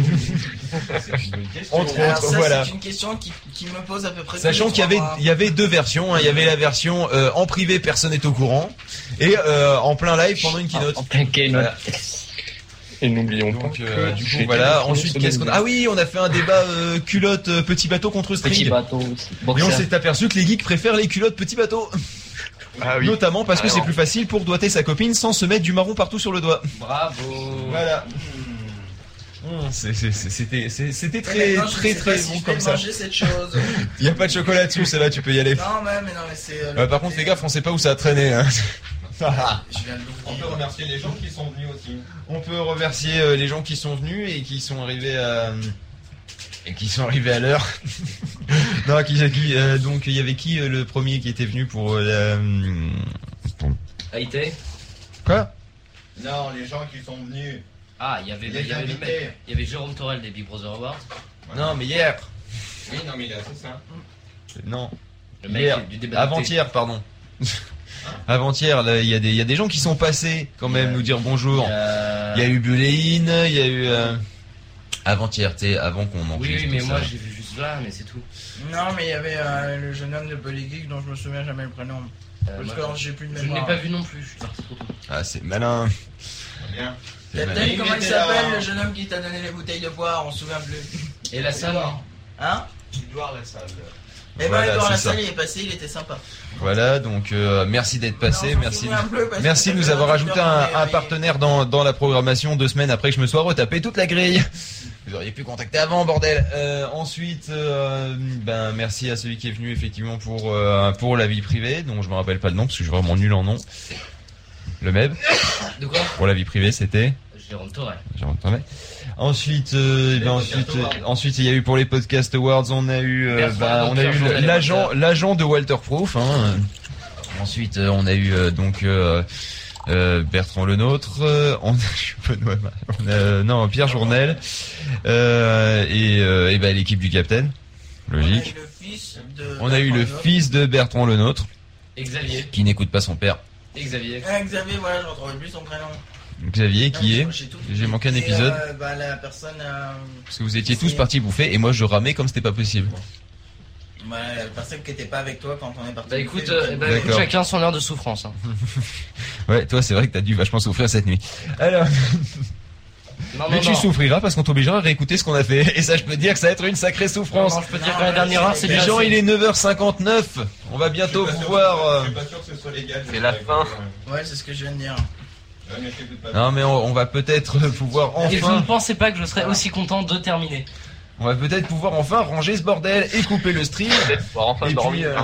Speaker 7: Entre
Speaker 3: Alors
Speaker 7: autres,
Speaker 3: ça,
Speaker 7: voilà.
Speaker 3: c'est une question qui, qui me pose à peu près. tous
Speaker 7: Sachant
Speaker 3: les
Speaker 7: qu'il y avait,
Speaker 3: trois mois.
Speaker 7: il y avait deux versions. hein. Il y avait la version euh, en privé, personne n'est au courant, et euh, en plein live pendant Ah, une keynote.
Speaker 1: T'inquiète,
Speaker 3: Euh,
Speaker 7: Voilà.
Speaker 8: Et n'oublions pas
Speaker 7: Donc euh,
Speaker 8: que
Speaker 7: du
Speaker 8: j'ai
Speaker 7: coup
Speaker 8: été
Speaker 7: voilà,
Speaker 8: défini
Speaker 7: ensuite qu'est-ce qu'on a
Speaker 8: solennellement.
Speaker 7: Ah oui, on a fait un débat euh, culotte euh, petit bateau contre string.
Speaker 1: petit bateau aussi.
Speaker 7: Et on
Speaker 1: Boxer.
Speaker 7: s'est aperçu que les geeks préfèrent les culottes petit bateau,
Speaker 5: Ah oui.
Speaker 7: notamment parce que c'est
Speaker 5: Alors.
Speaker 7: plus facile pour doiter sa copine sans se mettre du marron partout sur le doigt.
Speaker 2: Bravo.
Speaker 7: Voilà. C'était c'est- c'était
Speaker 3: Hmm. Mais
Speaker 7: très
Speaker 3: maintenant, je
Speaker 7: très
Speaker 3: sais pas
Speaker 7: très
Speaker 3: si
Speaker 7: bon
Speaker 3: je
Speaker 7: comme
Speaker 3: vais
Speaker 7: ça.
Speaker 3: manger cette chose.
Speaker 7: Il y a pas de chocolat dessus, ça va, tu peux y aller.
Speaker 3: non, ouais, mais non, mais c'est. euh, le
Speaker 7: Euh, par contre
Speaker 3: côté-
Speaker 7: les gars, on sait pas où ça a traîné. hein.
Speaker 3: Je viens de
Speaker 4: On peut
Speaker 3: l'ouvrir.
Speaker 4: remercier les gens qui sont venus aussi.
Speaker 7: On peut remercier euh, les gens qui sont venus et qui sont arrivés à euh, et qui sont arrivés à l'heure. non, qui, qui, euh, donc il y avait qui euh, le premier qui était venu pour euh, la-
Speaker 2: Haïté
Speaker 7: quoi
Speaker 4: Non, les gens qui sont venus.
Speaker 2: Ah, il y avait, il
Speaker 4: Les
Speaker 2: y avait le mec-
Speaker 4: invités.
Speaker 2: il y avait Jérôme Torel des Big Brother Awards.
Speaker 7: Non, mais hier.
Speaker 4: Oui, non, mais il a tout ça.
Speaker 7: Non,
Speaker 2: Le mec
Speaker 7: Hier.
Speaker 2: du débat.
Speaker 7: avant-hier, pardon.
Speaker 4: Hein
Speaker 7: Avant-hier, là, il y, a des- il y a des gens qui sont passés quand même
Speaker 2: Ouais.
Speaker 7: nous dire bonjour. Il y a eu Buléine, il y a eu euh, avant-hier, tu sais, avant qu'on en
Speaker 2: Oui, oui, mais moi j'ai vu juste là, mais c'est tout. Euh,
Speaker 3: Non, mais il y avait euh, le jeune homme de Polygeek dont je me souviens jamais le prénom.
Speaker 2: Euh,
Speaker 3: Parce
Speaker 2: moi,
Speaker 3: que alors, j'ai plus de
Speaker 2: je ne l'ai
Speaker 3: mémoire.
Speaker 2: pas vu non plus, je suis parti trop tôt.
Speaker 7: Ah, c'est malin.
Speaker 4: Bien.
Speaker 7: C'est
Speaker 3: T'as
Speaker 7: malin.
Speaker 3: t'as vu
Speaker 4: Il
Speaker 3: comment il
Speaker 4: était là,
Speaker 3: s'appelle
Speaker 4: hein.
Speaker 3: le jeune homme qui t'a donné les bouteilles de boire On se souvient plus.
Speaker 2: Et la salle
Speaker 3: Hein
Speaker 4: Edouard la salle.
Speaker 3: Eh ben,
Speaker 7: Voilà,
Speaker 3: Edouard
Speaker 7: c'est
Speaker 3: la
Speaker 7: ça.
Speaker 3: salle, il est passé, il était sympa.
Speaker 7: Voilà, donc euh, merci d'être passé,
Speaker 3: Non, on s'en
Speaker 7: merci.
Speaker 3: souvient plus parce que
Speaker 7: Merci de
Speaker 3: t'as
Speaker 7: nous
Speaker 3: fait
Speaker 7: avoir
Speaker 3: un
Speaker 7: ajouté un,
Speaker 3: Twitter,
Speaker 7: un
Speaker 3: mais-
Speaker 7: partenaire dans, dans la programmation deux semaines après que je me sois retapé toute la grille. Vous auriez pu contacter avant, bordel. Euh, ensuite, euh, ben merci à celui qui est venu effectivement pour euh, pour la vie privée, dont je me rappelle pas le nom parce que je suis vraiment nul en nom. Le MEB
Speaker 2: De quoi
Speaker 7: pour la vie privée, c'était.
Speaker 2: Jérôme Torel.
Speaker 7: J'ai entendu. Ensuite, euh, eh ben, ensuite,
Speaker 4: Podcast Awards.
Speaker 7: euh, ensuite, il y a eu pour les podcast awards, on a eu, euh,
Speaker 2: Bertrand
Speaker 7: bah, on a
Speaker 2: Boncoeur,
Speaker 7: eu
Speaker 2: journal
Speaker 7: le- l'agent,
Speaker 2: amateur.
Speaker 7: l'agent de Walter Proof. Hein. Ensuite, euh, on a eu euh, donc euh, euh, Bertrand Lenôtre, euh, on a eu Benoît Ma- on a- euh, non Pierre Journel euh, et, euh, eh ben, l'équipe du Capitaine. Logique.
Speaker 3: On a eu le fils de.
Speaker 7: On a eu le fils de Bertrand Lenôtre
Speaker 2: Et Xavier.
Speaker 7: qui n'écoute pas son père,
Speaker 2: Et Xavier.
Speaker 3: Ah, Xavier, voilà, je retrouvais plus son prénom.
Speaker 7: Xavier,
Speaker 3: Non,
Speaker 7: qui
Speaker 3: mais
Speaker 7: est
Speaker 3: j'ai tout-
Speaker 7: j'ai manqué un
Speaker 3: c'est,
Speaker 7: épisode.
Speaker 3: euh, bah, la personne. euh,
Speaker 7: parce que vous étiez tous partis bouffer et moi je ramais comme c'était pas possible.
Speaker 3: bah, la personne qui était pas avec toi quand on est parti.
Speaker 2: Bah écoute, euh, eh ben,
Speaker 7: D'accord.
Speaker 2: écoute, chacun son heure de souffrance. hein.
Speaker 7: Ouais, toi, c'est vrai que t'as dû vachement souffrir cette nuit. Alors,
Speaker 2: Non,
Speaker 7: mais
Speaker 2: non,
Speaker 7: tu
Speaker 2: non.
Speaker 7: souffriras parce qu'on t'obligera à réécouter ce qu'on a fait. Et ça, je peux dire que ça va être une sacrée
Speaker 2: Non,
Speaker 7: souffrance.
Speaker 2: non, je peux te dire
Speaker 3: Non,
Speaker 2: que la
Speaker 3: mais
Speaker 2: dernière heure,
Speaker 3: c'est
Speaker 2: c'est
Speaker 7: Les
Speaker 2: bien.
Speaker 7: gens,
Speaker 2: assez.
Speaker 7: il est 9h59. On va bientôt
Speaker 4: Je suis pas sûr
Speaker 7: pouvoir.
Speaker 4: que- Je
Speaker 7: euh,
Speaker 4: suis pas sûr que ce soit légal.
Speaker 5: C'est la fin.
Speaker 3: Ouais, c'est ce que je viens de dire.
Speaker 4: euh, Ouais, mais je t'écoute pas.
Speaker 7: Non, mais on, on va peut-être pouvoir
Speaker 2: Et je ne
Speaker 7: enfin.
Speaker 2: pensais pas que je serais aussi content de terminer.
Speaker 7: On va peut-être pouvoir enfin ranger ce bordel et couper le stream.
Speaker 5: Peut-être pouvoir enfin
Speaker 7: Et puis,
Speaker 5: dormir.
Speaker 7: euh,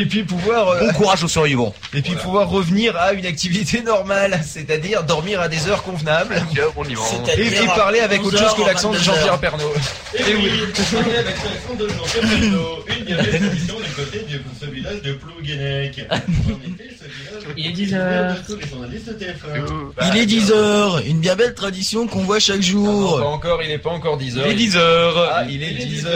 Speaker 7: et puis pouvoir. euh,
Speaker 10: courage aux survivants.
Speaker 7: et puis pouvoir revenir à une activité normale. C'est-à-dire dormir à des heures convenables.
Speaker 5: Tiens, on y va. hein.
Speaker 7: Et, et parler avec autre chose que l'accent de Jean-Pierre Pernaud.
Speaker 4: Et oui, on est avec l'action de Jean-Pierre Pernaut, une des résolutions du côté de ce village de Plouguenec.
Speaker 7: Ah,
Speaker 4: En effet, ce village
Speaker 1: Il est
Speaker 4: est
Speaker 1: 10
Speaker 4: ouvert
Speaker 1: heures.
Speaker 4: de tous les journalistes de TF1.
Speaker 5: Ouh.
Speaker 7: Bah,
Speaker 3: Il est 10h, une bien belle tradition qu'on voit chaque
Speaker 7: Ah, Non, pas
Speaker 3: jour.
Speaker 7: encore, il est pas encore 10h.
Speaker 10: Il est 10h.
Speaker 7: Ah, il est 10h.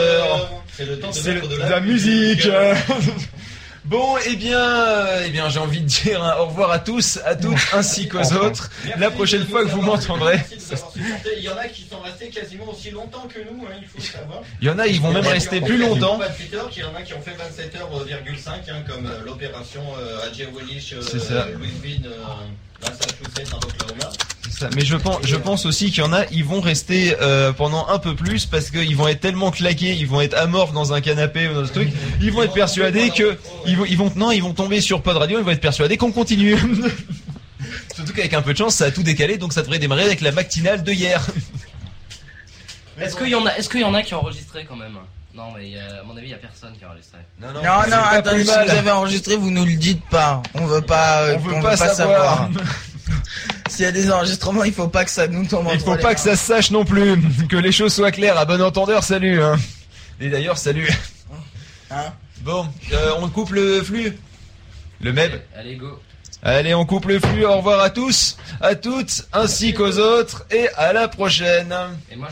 Speaker 4: C'est le temps de,
Speaker 7: C'est
Speaker 4: mettre de
Speaker 7: la, musique. Bon, eh bien, euh, eh bien, j'ai envie de dire hein, au revoir à tous, à toutes, ainsi qu'aux
Speaker 5: Enfin.
Speaker 7: autres.
Speaker 4: Merci
Speaker 7: La prochaine
Speaker 4: de nous
Speaker 7: fois que vous
Speaker 4: avoir-
Speaker 7: m'entendrez.
Speaker 4: merci de nous avoir supportés. Il y en a qui sont restés quasiment aussi longtemps que nous, hein, il faut le savoir.
Speaker 7: Il y en a, ils vont même
Speaker 4: Il y en a
Speaker 7: rester
Speaker 4: qui ont
Speaker 7: plus
Speaker 4: fait
Speaker 7: longtemps.
Speaker 4: 28 heures, qu'il y en a qui ont fait 27h,5, hein, comme euh, l'opération euh, Adjei Willish, euh,
Speaker 7: C'est ça.
Speaker 4: Louisville, euh, Massachusetts, en Oklahoma.
Speaker 7: Ça, Mais je pense, je pense aussi qu'il y en a, ils vont rester euh, pendant un peu plus parce qu'ils vont être tellement claqués, ils vont être amorphes dans un canapé ou dans ce truc, ils vont être persuadés que ils vont, ils vont, non, ils vont tomber sur Pod Radio, ils vont être persuadés qu'on continue. Surtout qu'avec un peu de chance, ça a tout décalé, donc ça devrait démarrer avec la matinale de hier.
Speaker 2: Est-ce qu'il y en a, est-ce qu'il y en a qui ont enregistré quand même Non, mais il y a- à mon avis, il y a personne qui a enregistré.
Speaker 3: Non, non,
Speaker 7: c'est pas
Speaker 3: attendez,
Speaker 7: plus
Speaker 3: si
Speaker 7: mal.
Speaker 3: vous avez enregistré, vous nous le dites pas. On veut pas, euh,
Speaker 7: On veut pas savoir.
Speaker 3: S'il y a des enregistrements, il faut pas que ça nous tombe
Speaker 7: Il
Speaker 3: entre
Speaker 7: faut
Speaker 3: les
Speaker 7: pas
Speaker 3: mains.
Speaker 7: que ça se sache non plus. Que les choses soient claires. À bon entendeur, salut. hein. Et d'ailleurs, salut.
Speaker 3: Hein
Speaker 7: Bon, euh, on coupe le flux. Le même.
Speaker 2: Allez, go.
Speaker 7: Allez, on coupe le flux. Au revoir à tous, à toutes, ainsi qu'aux autres. Et à la prochaine.
Speaker 2: Et moi,